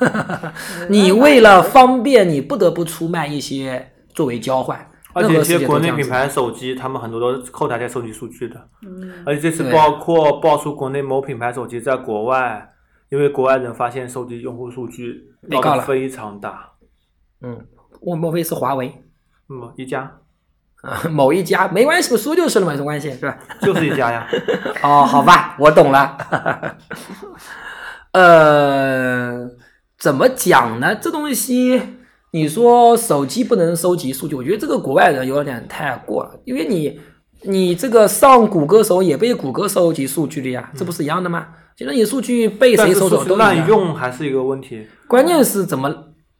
Speaker 2: 嗯
Speaker 3: 你为了方便，你不得不出卖一些作为交换，
Speaker 2: 而
Speaker 3: 任
Speaker 2: 且
Speaker 3: 何
Speaker 2: 一
Speaker 3: 世界
Speaker 2: 些
Speaker 3: 都
Speaker 2: 国
Speaker 3: 这
Speaker 2: 内
Speaker 3: 样
Speaker 2: 品
Speaker 3: 子。
Speaker 2: 牌手机，他们很多都是后台在收集数据的。
Speaker 4: 嗯，
Speaker 2: 而且这次
Speaker 3: 对
Speaker 2: 包括爆出国内某品牌手机在国外，因为国外人发现收集用户数据
Speaker 3: 被告
Speaker 2: 闹
Speaker 3: 了
Speaker 2: 得非常大。
Speaker 3: 嗯，莫莫非是华为
Speaker 2: 嗯，一家
Speaker 3: 啊？某一家没关系，我说就是了嘛，有什么关系是吧？
Speaker 2: 就是一家 呀。
Speaker 3: 哦，好吧，我懂了。 呃，怎么讲呢？这东西，你说手机不能收集数据，我觉得这个国外人有点太过了，因为你你这个上谷歌时候也被谷歌收集数据的呀，这不是一样的吗？其实你数据
Speaker 2: 嗯
Speaker 3: 被
Speaker 2: 但
Speaker 3: 谁
Speaker 2: 是
Speaker 3: 收
Speaker 2: 数
Speaker 3: 走
Speaker 2: 据
Speaker 3: 都一
Speaker 2: 滥
Speaker 3: 样，
Speaker 2: 用还是一个问题。
Speaker 3: 关键是怎么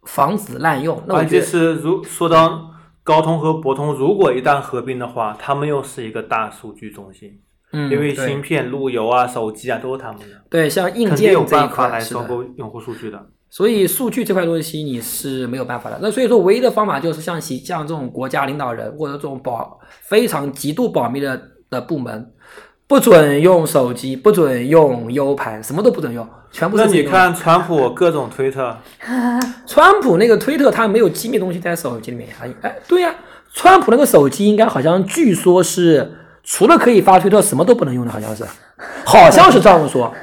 Speaker 3: 防止滥用。那我
Speaker 2: 而
Speaker 3: 觉
Speaker 2: 且
Speaker 3: 得
Speaker 2: 是如说到高通和博通，如果一旦合并的话，他们又是一个大数据中心，
Speaker 3: 嗯，
Speaker 2: 因为
Speaker 3: 对
Speaker 2: 芯片、路由啊、手机啊都是他们的，
Speaker 3: 对像硬
Speaker 2: 肯定
Speaker 3: 件
Speaker 2: 有
Speaker 3: 这一
Speaker 2: 办法
Speaker 3: 块
Speaker 2: 来
Speaker 3: 是
Speaker 2: 收
Speaker 3: 的。
Speaker 2: 购用户数据的。
Speaker 3: 所以数据这块东西你是没有办法的。那所以说，唯一的方法就是像习像这种国家领导人或者这种保非常极度保密的的部门，不准用手机，不准用 U 盘，什么都不准用，全部是
Speaker 2: 那
Speaker 3: 自己
Speaker 2: 你
Speaker 3: 用。
Speaker 2: 看川普各种推特，
Speaker 3: 川普那个推特，他没有机密东西在手机里面呀、哎，对呀、川普那个手机应该好像据说是除了可以发推特，什么都不能用的，好像是，好像是这样说。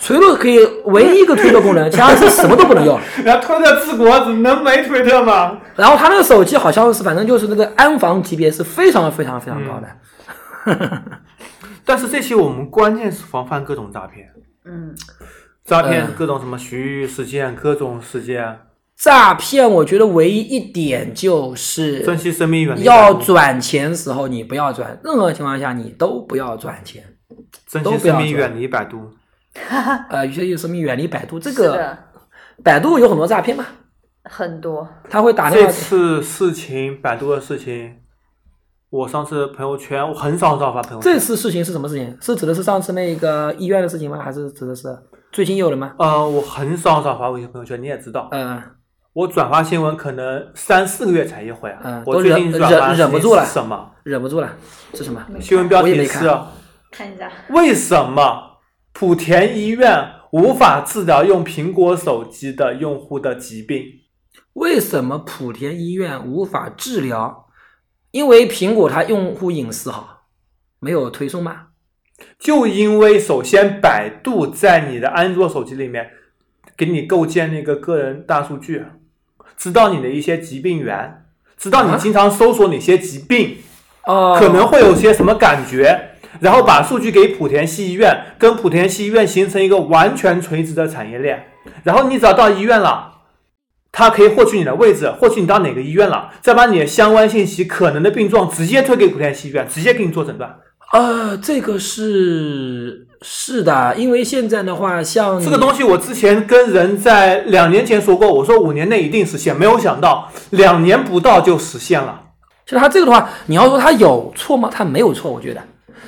Speaker 3: 除了可以唯一一个推特功能，其他是什么都不能用。
Speaker 2: 那推特治国怎么能没推特吗？
Speaker 3: 然后他那个手机好像是，反正就是那个安防级别是非常非常非常高的。
Speaker 4: 嗯
Speaker 2: 但是这些我们关键是防范各种诈骗，
Speaker 4: 嗯，
Speaker 2: 诈骗
Speaker 3: 嗯
Speaker 2: 各种什么徐玉事件、各种事件，
Speaker 3: 诈骗，我觉得唯一一点就是
Speaker 2: 珍惜生命远离财
Speaker 3: 要
Speaker 2: 物
Speaker 3: 转钱时候你不要转，任何情况下你都不要转钱。
Speaker 2: 珍
Speaker 3: 都
Speaker 2: 惜
Speaker 3: 不要
Speaker 2: 生命
Speaker 3: 做
Speaker 2: 远离百度。
Speaker 3: 呃，有些有说明远离百度，这
Speaker 4: 是
Speaker 3: 个
Speaker 4: 的，
Speaker 3: 百度有很多诈骗嘛，
Speaker 4: 很多，
Speaker 3: 他会打电
Speaker 2: 这
Speaker 3: 话。
Speaker 2: 次事情，百度的事情，我上次朋友圈我很少很少发朋友圈。
Speaker 3: 这次事情是什么事情？是指的是上次那个医院的事情吗？还是指的是最近有的吗？
Speaker 2: 呃，我很少很少发微信朋友圈，你也知道，
Speaker 3: 呃，
Speaker 2: 我转发新闻可能三四个月才一回啊。
Speaker 3: 嗯
Speaker 2: 我
Speaker 3: 都
Speaker 2: 最
Speaker 3: 忍
Speaker 2: 近转发
Speaker 3: 忍
Speaker 2: 的
Speaker 3: 忍不
Speaker 2: 事情
Speaker 3: 住了
Speaker 2: 是什么？
Speaker 3: 忍不住了，是什么？
Speaker 2: 新闻标
Speaker 3: 我也
Speaker 2: 题
Speaker 3: 没
Speaker 2: 是啊
Speaker 3: 看
Speaker 4: 看一下，
Speaker 2: 为什么莆田医院无法治疗用苹果手机的用户的疾病？
Speaker 3: 为什么莆田医院无法治疗？因为苹果它用户隐私好，没有推送吗？
Speaker 2: 就因为首先百度在你的安卓手机里面给你构建那个个人大数据，啊知道你的一些疾病源，知道
Speaker 3: 啊
Speaker 2: 你经常搜索哪些疾病，
Speaker 3: 哦，
Speaker 2: 可能会有些什么感觉，然后把数据给莆田系医院，跟莆田系医院形成一个完全垂直的产业链。然后你只要到医院了，它可以获取你的位置，获取你到哪个医院了，再把你的相关信息、可能的病状直接推给莆田系医院，直接给你做诊断。
Speaker 3: 呃，这个是是的，因为现在的话，像
Speaker 2: 这个东西我之前跟人在两年前说过，我说五年内一定实现，没有想到两年不到就实现了。
Speaker 3: 就是它这个的话，你要说它有错吗？它没有错，我觉得。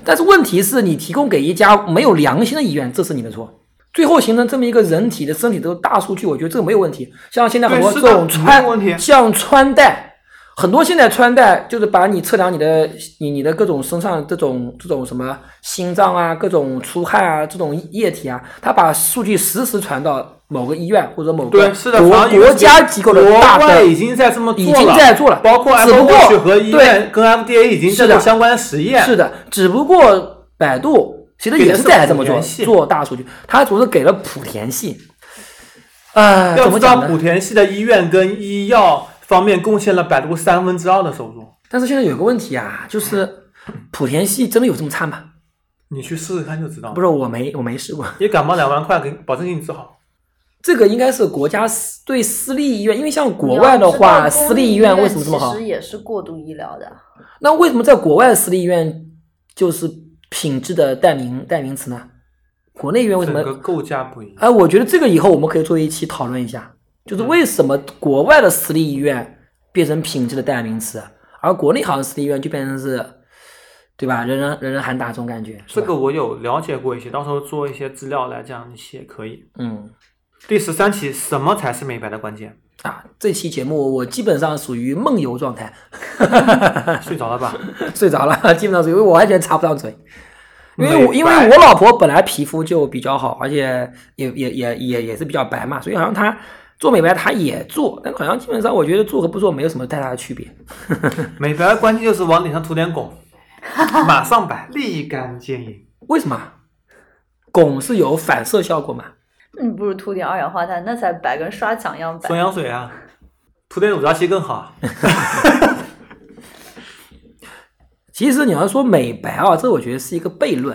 Speaker 3: 但是问题是你提供给一家没有良心的医院，这是你的错。最后形成这么一个人体的身体的大数据，我觉得这个没有问题。像现在很多这
Speaker 2: 对是的
Speaker 3: 种
Speaker 2: 没
Speaker 3: 穿
Speaker 2: 有问题
Speaker 3: 像穿戴，很多现在穿戴就是把你测量你的你你的各种身上这种这种什么心脏啊、各种出汗啊、这种液体啊，它把数据实时传到某个医院或者某个
Speaker 2: 对，是的，
Speaker 3: 国
Speaker 2: 防疫
Speaker 3: 国家机构的
Speaker 2: 国
Speaker 3: 大
Speaker 2: 外
Speaker 3: 的
Speaker 2: 已经在这么做
Speaker 3: 已经在做了
Speaker 2: 包括
Speaker 3: 只
Speaker 2: Apple
Speaker 3: 不过
Speaker 2: Watch 和医院跟 FDA 已经在
Speaker 3: 是的
Speaker 2: 做相关的实验。
Speaker 3: 是的，只不过百度其实也是在这么
Speaker 2: 给
Speaker 3: 做
Speaker 2: 的是莆田系
Speaker 3: 做大数据，它主要是给了莆田系。呃，
Speaker 2: 要
Speaker 3: 怎么
Speaker 2: 知道
Speaker 3: 讲
Speaker 2: 莆
Speaker 3: 呢？
Speaker 2: 田系的医院跟医药方面贡献了百度三分之二的收入。
Speaker 3: 但是现在有个问题啊，就是莆田系真的有这么差吗？
Speaker 2: 你去试试看就知道了。
Speaker 3: 不是，我没我没试过。
Speaker 2: 你感冒两万块，给保证给你治好。
Speaker 3: 这个应该是国家私对私立医院，因为像国外的话，
Speaker 4: 你要知道
Speaker 3: 私立医
Speaker 4: 公
Speaker 3: 院为什么这么好
Speaker 4: 其实？也是过度医疗的，
Speaker 3: 那为什么在国外私立医院就是品质的代名代名词呢？国内医院为什
Speaker 2: 整
Speaker 3: 么
Speaker 2: 个构架不一样。
Speaker 3: 哎，我觉得这个以后我们可以做一期讨论一下，就是
Speaker 2: 嗯
Speaker 3: 为什么国外的私立医院变成品质的代名词，而国内好像私立医院就变成是，对吧？人人人人喊打这种感觉。是
Speaker 2: 这
Speaker 3: 吧
Speaker 2: 个，我有了解过一些，到时候做一些资料来讲一些可以。
Speaker 3: 嗯，
Speaker 2: 第十三期，什么才是美白的关键？
Speaker 3: 啊，这期节目我基本上属于梦游状态， 嗯
Speaker 2: 睡着了吧？
Speaker 3: 睡着了，基本上是因为我完全插不上嘴。因为我
Speaker 2: 美
Speaker 3: 因为
Speaker 2: 白
Speaker 3: 我老婆本来皮肤就比较好，而且也也也也也是比较白嘛，所以好像她做美白她也做，但好像基本上我觉得做和不做没有什么太大的区别。
Speaker 2: 美白的关键就是往脸上涂点汞，马上白，立竿见影。
Speaker 3: 为什么？汞是有反射效果嘛？
Speaker 4: 你嗯不如涂点二氧化碳，那才白跟刷墙一样白
Speaker 2: 双。氧水啊，涂点乳胶漆更好。
Speaker 3: 嗯其实你要说美白啊，这我觉得是一个悖论，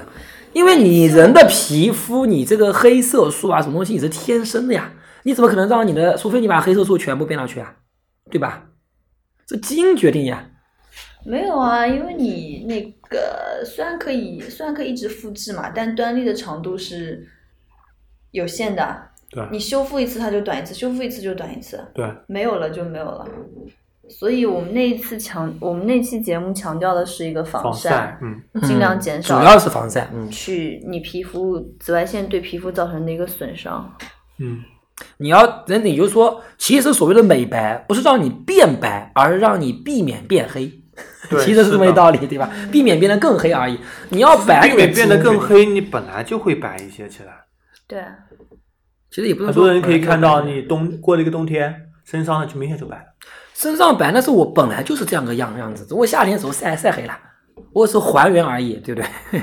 Speaker 3: 因为你人的皮肤，你这个黑色素啊，什么东西你是天生的呀，你怎么可能让你的，除非你把黑色素全部变上去啊，对吧？这基因决定呀。
Speaker 4: 没有啊，因为你那个虽然可以虽然可以一直复制嘛，但端粒的长度是有限的。
Speaker 2: 对
Speaker 4: 你修复一次它就短一次，修复一次就短一次，
Speaker 2: 对，
Speaker 4: 没有了就没有了。所以我们那一次强，我们那期节目强调的是一个防
Speaker 2: 防晒，嗯，
Speaker 4: 尽量减少
Speaker 3: 主要是防晒，嗯，
Speaker 4: 去你皮肤紫外线对皮肤造成的一个损伤。
Speaker 2: 嗯，
Speaker 3: 你要人，你就说，其实所谓的美白，不是让你变白，而是让你避免变黑。
Speaker 2: 嗯对
Speaker 3: 其实是这么
Speaker 2: 是的
Speaker 3: 一道理，对吧？避免变得更黑而已。你要白，
Speaker 2: 避免变得更黑，
Speaker 3: 黑。
Speaker 2: 你本来就会白一些起来。
Speaker 4: 对，啊
Speaker 3: 其实也不能
Speaker 2: 很
Speaker 3: 说
Speaker 2: 多人可以看到你冬过了一个冬天，身上呢就明显就白了。
Speaker 3: 身上白，那是我本来就是这样个样样子，只不过夏天的时候晒晒黑了，我是还原而已，对不 对？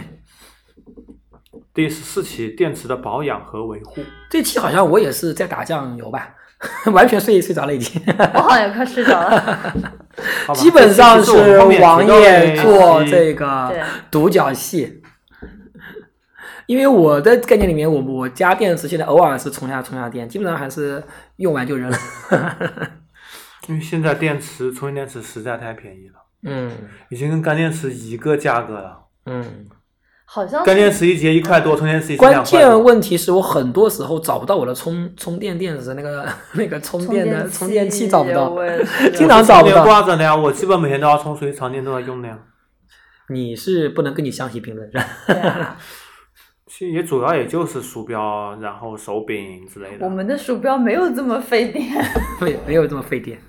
Speaker 2: 第十四期电池的保养和维护，
Speaker 3: 这期好像我也是在打酱油吧， 完全睡睡着了已经。
Speaker 4: 我好像也快睡着了。
Speaker 2: 好吧
Speaker 3: 基本上
Speaker 2: 这期是
Speaker 3: 是
Speaker 2: 我们后
Speaker 3: 王
Speaker 2: 面提到的
Speaker 3: 爷做
Speaker 2: 一期
Speaker 3: 这个
Speaker 4: 对
Speaker 3: 独角戏。因为我的概念里面，我我家电池现在偶尔是充一下充一下电，基本上还是用完就扔了。
Speaker 2: 因为现在电池充电电池实在太便宜了，
Speaker 3: 嗯
Speaker 2: 已经跟干电池一个价格了。
Speaker 3: 嗯，
Speaker 4: 好像
Speaker 2: 干电池一节一块多，充电池一节
Speaker 3: 关
Speaker 2: 两块多。
Speaker 3: 键问题是我很多时候找不到我的充充电电池的那个那个充
Speaker 4: 充
Speaker 3: 电
Speaker 4: 电
Speaker 3: 的充电器找不到
Speaker 4: 我，也 是
Speaker 3: 经常找
Speaker 2: 常
Speaker 3: 不
Speaker 2: 年
Speaker 3: 到。
Speaker 2: 挂着的呀，我基本每天都要充，所以常年都在用的呀。
Speaker 3: 你是不能跟你相提并论，
Speaker 4: 对啊
Speaker 2: 其实也主要也就是鼠标，然后手柄之类的。
Speaker 4: 我们的鼠标没有这么费电。
Speaker 3: 没没有这么费电。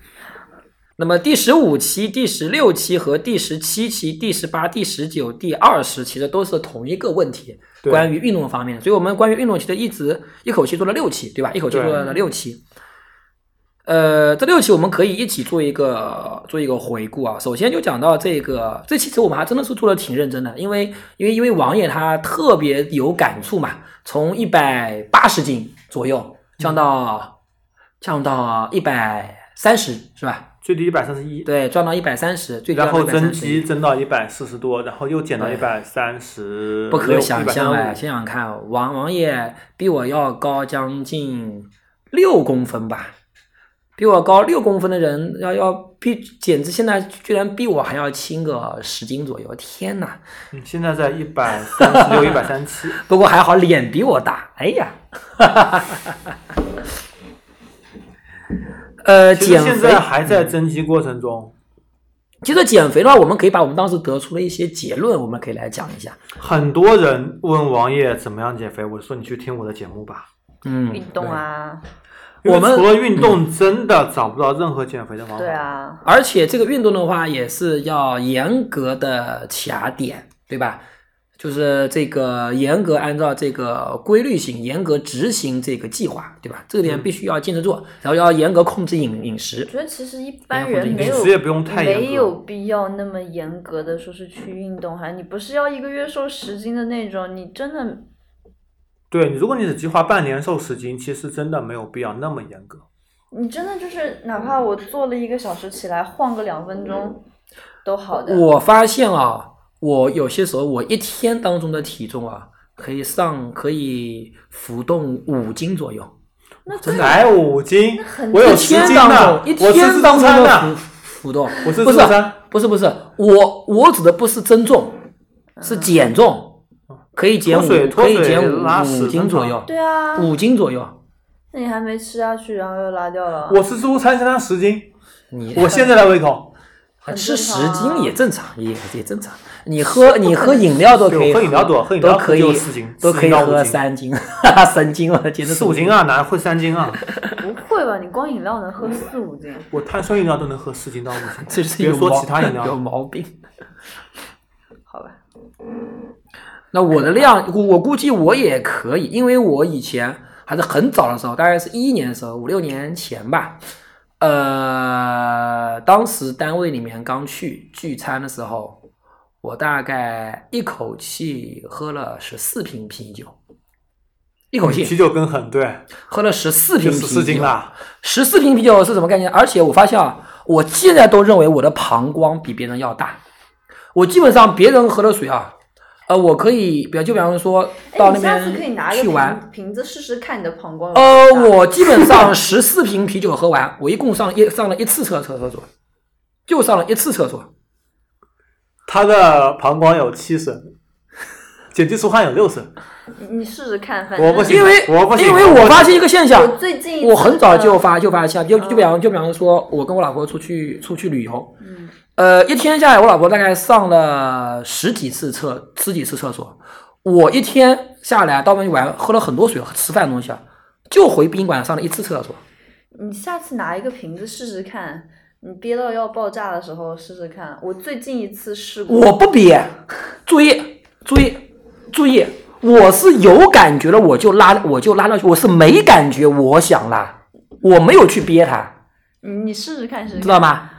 Speaker 3: 那么第十五期、第十六期和第十七期、第十八、第十九、第二十，其实都是同一个问题，
Speaker 2: 对
Speaker 3: 关于运动方面。所以我们关于运动其实一直一口气做了六期，对吧？一口气
Speaker 2: 对
Speaker 3: 做了六期。呃，这六期我们可以一起做一个做一个回顾啊。首先就讲到这个，这期其实我们还真的是做的挺认真的，因为因为因为王爷他特别有感触嘛，从一百八十斤左右降到、降到一百三十是吧？
Speaker 2: 最低一百三十一，
Speaker 3: 对，降到一百三十，最低
Speaker 2: 然后增肌
Speaker 3: 131
Speaker 2: 增到一百四十多，然后又减到一
Speaker 3: 对
Speaker 2: 百三十，
Speaker 3: 不可想象哎！
Speaker 2: 哎！
Speaker 3: 想想看，王王爷比我要高将近六公分吧，比我高六公分的人，要要比简直现在居然比我还要轻个十斤左右，天哪！
Speaker 2: 嗯现在在一百三 十六、一百三七，
Speaker 3: 不过还好脸比我大，哎 呀，呃，
Speaker 2: 其实
Speaker 3: 减
Speaker 2: 现
Speaker 3: 肥
Speaker 2: 在还在增肌过程中，
Speaker 3: 其实减肥的话，我们可以把我们当时得出的一些结论，我们可以来讲一下。
Speaker 2: 很多人问王爷怎么样减肥，我说你去听我的节目吧。
Speaker 3: 嗯，
Speaker 4: 运动啊，
Speaker 2: 因为
Speaker 3: 我们
Speaker 2: 除了运动，真的找不到任何减肥的方法。
Speaker 4: 对，啊，
Speaker 3: 而且这个运动的话，也是要严格的卡点，对吧？就是这个严格按照这个规律性，严格执行这个计划，对吧？这个点必须要坚持做，然后要严格控制饮饮食
Speaker 4: 我。觉得其实一般
Speaker 3: 哎或者
Speaker 4: 人没
Speaker 2: 饮
Speaker 4: 有
Speaker 2: 食也不用太严格
Speaker 4: 没有必要那么严格的说是去运动，还你不是要一个月瘦十斤的那种，你真的
Speaker 2: 对，如果你只计划半年瘦十斤，其实真的没有必要那么严格。
Speaker 4: 你真的就是哪怕我做了一个小时起来晃个两分钟都好的。
Speaker 3: 我发现啊，我有些时候我一天当中的体重啊，可以上可以浮动五斤左右，
Speaker 4: 那这
Speaker 2: 才哎五斤
Speaker 4: 很，
Speaker 2: 我有
Speaker 3: 一
Speaker 2: 十
Speaker 3: 天
Speaker 2: 斤
Speaker 3: 当
Speaker 2: 呢，
Speaker 3: 中一
Speaker 2: 我吃
Speaker 3: 天
Speaker 2: 自
Speaker 3: 当
Speaker 2: 助
Speaker 3: 中
Speaker 2: 餐
Speaker 3: 的浮
Speaker 2: 呢，
Speaker 3: 浮动，
Speaker 2: 我吃
Speaker 3: 不
Speaker 2: 自
Speaker 3: 是啊
Speaker 2: 助餐。
Speaker 3: 不是不是，我我指的不是增重，
Speaker 4: 嗯
Speaker 3: 是减重，可以减
Speaker 2: 脱水
Speaker 3: 五，可以
Speaker 2: 脱水
Speaker 3: 减五
Speaker 2: 拉
Speaker 3: 五
Speaker 2: 屎
Speaker 3: 斤左右，
Speaker 4: 对啊，
Speaker 3: 五斤左右。
Speaker 4: 那你还没吃下去，然后又拉掉了。
Speaker 2: 我吃自助餐相当十 斤，
Speaker 3: 你
Speaker 2: 我现在来胃口。
Speaker 3: 啊
Speaker 4: 很
Speaker 3: 吃
Speaker 4: 正
Speaker 3: 十
Speaker 4: 常啊
Speaker 3: 斤也正常，也也正常。你喝你喝饮料都可
Speaker 2: 对
Speaker 3: 以，
Speaker 2: 我喝饮料多喝饮料
Speaker 3: 都可以
Speaker 2: 就四斤
Speaker 3: 都可
Speaker 2: 四
Speaker 3: 以
Speaker 2: 斤到五
Speaker 3: 喝
Speaker 2: 斤
Speaker 3: 三斤， 哈哈，三斤了，简直
Speaker 2: 四五斤啊，哪会三斤 啊？
Speaker 4: 不会吧？你光饮料能喝四五斤？
Speaker 2: 我碳酸饮料都能喝四斤到五斤，
Speaker 3: 这是
Speaker 2: 别
Speaker 3: 有
Speaker 2: 说
Speaker 3: 毛
Speaker 2: 其他饮
Speaker 3: 有
Speaker 2: 料。
Speaker 3: 毛病。
Speaker 4: 好吧，
Speaker 3: 那我的量，我我估计我也可以，因为我以前还是很早的时候，大概是一一年的时候，五六年前吧。呃，当时单位里面刚去聚餐的时候，我大概一口气喝了十四瓶啤酒，一口
Speaker 2: 啤
Speaker 3: 气
Speaker 2: 酒更狠，对，
Speaker 3: 喝了十四
Speaker 2: 就
Speaker 3: 瓶
Speaker 2: 嗯十四
Speaker 3: 啤
Speaker 2: 斤
Speaker 3: 酒。
Speaker 2: 啦。
Speaker 3: 十四瓶啤酒是什么概念？而且我发现啊，我现在都认为我的膀胱比别人要大。我基本上别人喝的水啊，呃，我可以，比就比方说
Speaker 4: 哎，
Speaker 3: 到
Speaker 4: 你
Speaker 3: 那
Speaker 4: 下次可以
Speaker 3: 边
Speaker 4: 拿一
Speaker 3: 去
Speaker 4: 个
Speaker 3: 玩，
Speaker 4: 瓶瓶子试试看你的膀胱有
Speaker 3: 呃，
Speaker 4: 多大。
Speaker 3: 我基本上十四瓶啤酒喝完，我一共上一上了一次厕厕厕所，就上了一次厕所。
Speaker 2: 他的膀胱有七升，剪辑出汗有六十，
Speaker 4: 你你试试看，反正
Speaker 2: 我不行
Speaker 3: 因为
Speaker 2: 我不行
Speaker 3: 因为我发现一个现象
Speaker 4: 我，最近一次
Speaker 3: 啊我很早就发
Speaker 4: 嗯
Speaker 3: 就发现，就就比方就比方说，我跟我老婆出去出去旅游，呃，一天下来，我老婆大概上了十几次厕十几次厕所，我一天下来到外面玩，喝了很多水，吃饭东西啊，就回宾馆上了一次厕所。
Speaker 4: 你下次拿一个瓶子试试看，你憋到要爆炸的时候试试看。我最近一次试过，
Speaker 3: 我不憋，注意注意注意，我是有感觉了，我就拉我就拉上去，我是没感觉，我想拉，我没有去憋它，
Speaker 4: 你你试试看，试试
Speaker 3: 知道
Speaker 4: 看。
Speaker 3: 吗？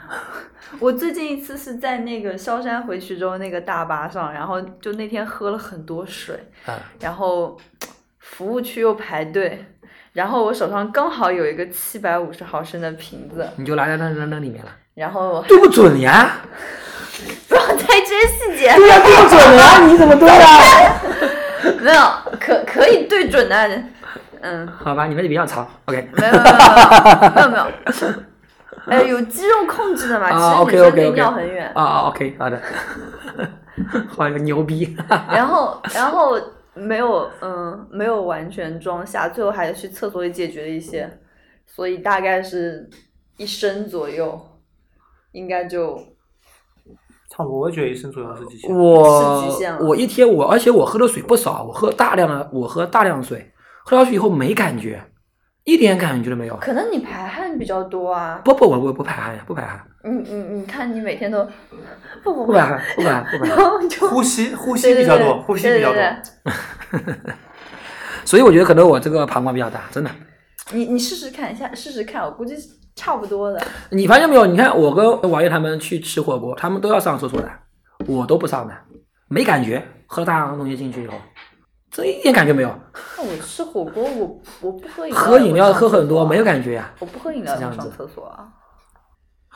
Speaker 4: 我最近一次是在那个萧山回衢州那个大巴上，然后就那天喝了很多水，
Speaker 3: 嗯
Speaker 4: 然后服务区又排队，然后我手上刚好有一个七百五十毫升的瓶子，
Speaker 3: 你就拉在那那那里面了，
Speaker 4: 然后
Speaker 3: 对不准呀！
Speaker 4: 不要在这些细节，
Speaker 3: 对呀、对不准 呀！你怎么对呀、
Speaker 4: 没有可可以对准 的，嗯。
Speaker 3: 好吧，你们就别想吵，OK。
Speaker 4: 没有没有没有没有没有，哎，有肌肉控制的嘛，
Speaker 3: 啊
Speaker 4: 其
Speaker 3: ，OK
Speaker 4: 实女生
Speaker 3: OK
Speaker 4: 可以
Speaker 3: OK，
Speaker 4: 尿很远。
Speaker 3: 啊啊，OK，好的， 换一个牛逼，
Speaker 4: 然后然后没有嗯没有完全装下，最后还是去厕所里解决了一些，所以大概是一升左右，应该就
Speaker 2: 差不多，我也觉得一升左右是极限。
Speaker 3: 我
Speaker 4: 是极限了
Speaker 3: 我一天我而且我喝的水不少，我喝大量的我喝大量的水，喝下去以后没感觉，一点感觉都没有。
Speaker 4: 可能你排汗比较多啊。
Speaker 3: 不不，我我不排汗呀，不排汗，
Speaker 4: 你你你看你每天都不不
Speaker 3: 不排汗，不排汗，不排
Speaker 4: 然
Speaker 3: 汗。
Speaker 4: 后就
Speaker 2: 呼吸呼吸
Speaker 4: 对对
Speaker 2: 比较
Speaker 4: 对
Speaker 2: 多，呼吸
Speaker 4: 对
Speaker 2: 比较
Speaker 4: 对
Speaker 2: 多
Speaker 4: 对。
Speaker 3: 所以我觉得可能我这个膀胱比较大，真的。
Speaker 4: 你你试试看，下试试看，我估计是差不多的。
Speaker 3: 你发现没有？你看我跟王爷他们去吃火锅，他们都要上厕所的，我都不上的，没感觉。喝了大量的东西进去以后，这一点感觉没有。
Speaker 4: 那我吃火锅，我我不喝饮料，
Speaker 3: 喝饮料喝很多，没有
Speaker 4: 感。
Speaker 3: 感觉呀、
Speaker 4: 啊我不喝饮料，
Speaker 3: 是这
Speaker 4: 我
Speaker 3: 样子
Speaker 4: 上厕所啊。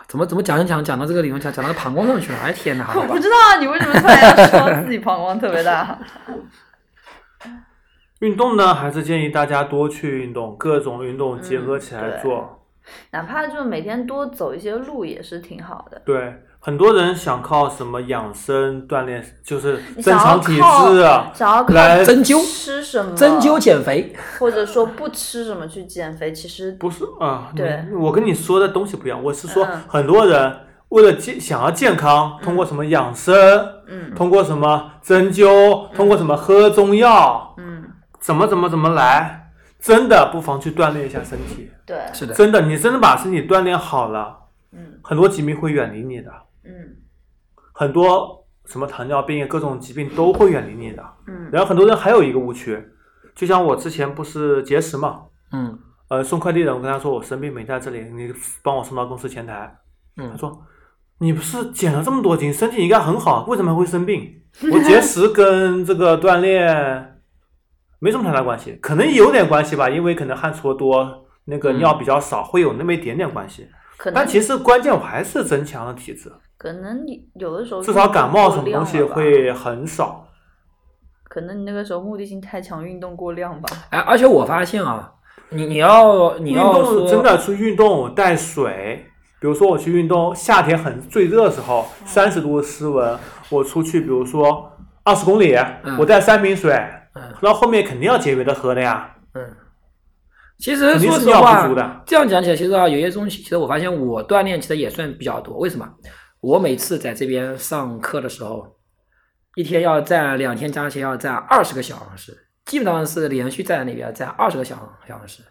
Speaker 3: 怎么怎么讲一讲讲到这个理论，讲讲到膀胱上去了？哎天哪！好
Speaker 4: 我
Speaker 3: 吧
Speaker 4: 不知道啊，你为什么突然要说自己膀胱特别大？
Speaker 2: 运动呢，还是建议大家多去运动，各种运动结合起
Speaker 4: 嗯
Speaker 2: 来
Speaker 4: 对
Speaker 2: 做。
Speaker 4: 哪怕就是每天多走一些路也是挺好的。
Speaker 2: 对，很多人想靠什么养生锻炼，就是
Speaker 4: 你
Speaker 2: 增
Speaker 4: 想要
Speaker 2: 强体质啊，
Speaker 4: 想要靠
Speaker 2: 来
Speaker 3: 针灸
Speaker 4: 吃什么
Speaker 3: 针灸减肥，
Speaker 4: 或者说不吃什么去减肥，其实
Speaker 2: 不是啊？你
Speaker 4: 对
Speaker 2: 我跟你说的东西不一样，我是说
Speaker 4: 嗯
Speaker 2: 很多人为了健想要健康，通过什么养生，
Speaker 4: 嗯
Speaker 2: 通过什么针灸，通过什么喝中药，
Speaker 4: 嗯
Speaker 2: 怎么怎么怎么来，真的不妨去锻炼一下身体。
Speaker 4: 对
Speaker 3: 是的，
Speaker 2: 真的，你真的把身体锻炼好了，
Speaker 4: 嗯
Speaker 2: 很多疾病会远离你的，
Speaker 4: 嗯
Speaker 2: 很多什么糖尿病、啊各种疾病都会远离你的。
Speaker 4: 嗯
Speaker 2: 然后很多人还有一个误区，就像我之前不是节食嘛，
Speaker 3: 嗯
Speaker 2: 呃，送快递的我跟他说我生病没在这里，你帮我送到公司前台。他
Speaker 3: 嗯，
Speaker 2: 说你不是减了这么多斤，身体应该很好，为什么会生病？我节食跟这个锻炼没什么太大关系，可能有点关系吧，因为可能汗出的多，那个尿比较少，会有那么一点点关系。
Speaker 4: 可能
Speaker 2: 但其实关键我还是增强了体质，
Speaker 4: 可能你有的时候
Speaker 2: 至少感冒什么
Speaker 4: 运动过
Speaker 2: 东西
Speaker 4: 量了吧，
Speaker 2: 会很少。
Speaker 4: 可能你那个时候目的性太强，运动过量吧。
Speaker 3: 哎，而且我发现啊，你你要你
Speaker 2: 运
Speaker 3: 要
Speaker 2: 动
Speaker 3: 说
Speaker 2: 真的去运动带水，比如说我去运动，夏天很最热的时候，
Speaker 3: 嗯
Speaker 2: 三十度室温，我出去，比如说二十公里，
Speaker 3: 嗯
Speaker 2: 我带三瓶水，
Speaker 3: 嗯
Speaker 2: 那后面肯定要节约的喝的呀，
Speaker 3: 嗯，其实
Speaker 2: 肯定
Speaker 3: 说
Speaker 2: 是
Speaker 3: 实
Speaker 2: 尿
Speaker 3: 话
Speaker 2: 不足，的。
Speaker 3: 这样讲起来，其实啊，有些东西，其实我发现我锻炼其实也算比较多。为什么？我每次在这边上课的时候，一天要站两天加起来要站二十个小时，基本上是连续站那边站二十个小小时。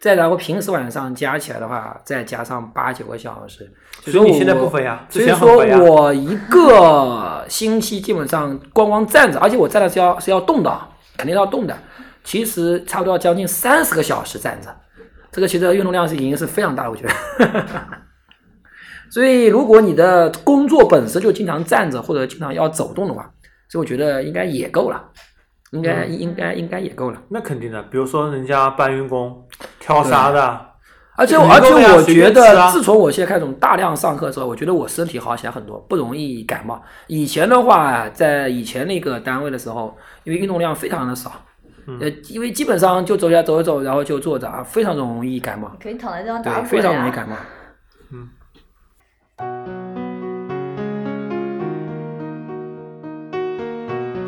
Speaker 3: 再然后平时晚上加起来的话，再加上八九个小时，
Speaker 2: 所以你现在
Speaker 3: 我
Speaker 2: 不肥呀，
Speaker 3: 所
Speaker 2: 之
Speaker 3: 以
Speaker 2: 前很
Speaker 3: 说
Speaker 2: 肥啊呀。
Speaker 3: 我一个星期基本上光光站着，而且我站着是要是要动的啊，肯定要动的。其实差不多要将近三十个小时站着，这个其实运动量是已经是非常大了，我觉得。 所以如果你的工作本身就经常站着或者经常要走动的话，所以我觉得应该也够了，应该、
Speaker 2: 嗯
Speaker 3: 应该应该也够了。
Speaker 2: 那肯定的，比如说人家搬运工、挑沙的，
Speaker 3: 而且
Speaker 2: 你
Speaker 3: 我
Speaker 2: 能
Speaker 3: 而且
Speaker 2: 够呀
Speaker 3: 我
Speaker 2: 随
Speaker 3: 觉
Speaker 2: 便吃
Speaker 3: 得，
Speaker 2: 啊
Speaker 3: 自从我现在开始大量上课之后，我觉得我身体好起来很多，不容易感冒。以前的话，啊在以前那个单位的时候，因为运动量非常的少，
Speaker 2: 嗯
Speaker 3: 呃，因为基本上就走下走一走，然后就坐着啊，非常容易感冒，
Speaker 4: 可以躺在地上打
Speaker 3: 对，
Speaker 4: 滚、啊，
Speaker 3: 非常容易感冒。
Speaker 2: 嗯。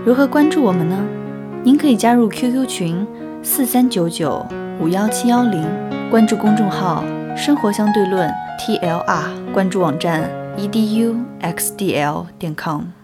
Speaker 1: 如何关注我们呢？您可以加入 QQ 群四三九九五幺七幺零，关注公众号“生活 E 相对论 ”TLR，关注网站 edux dl 点 com。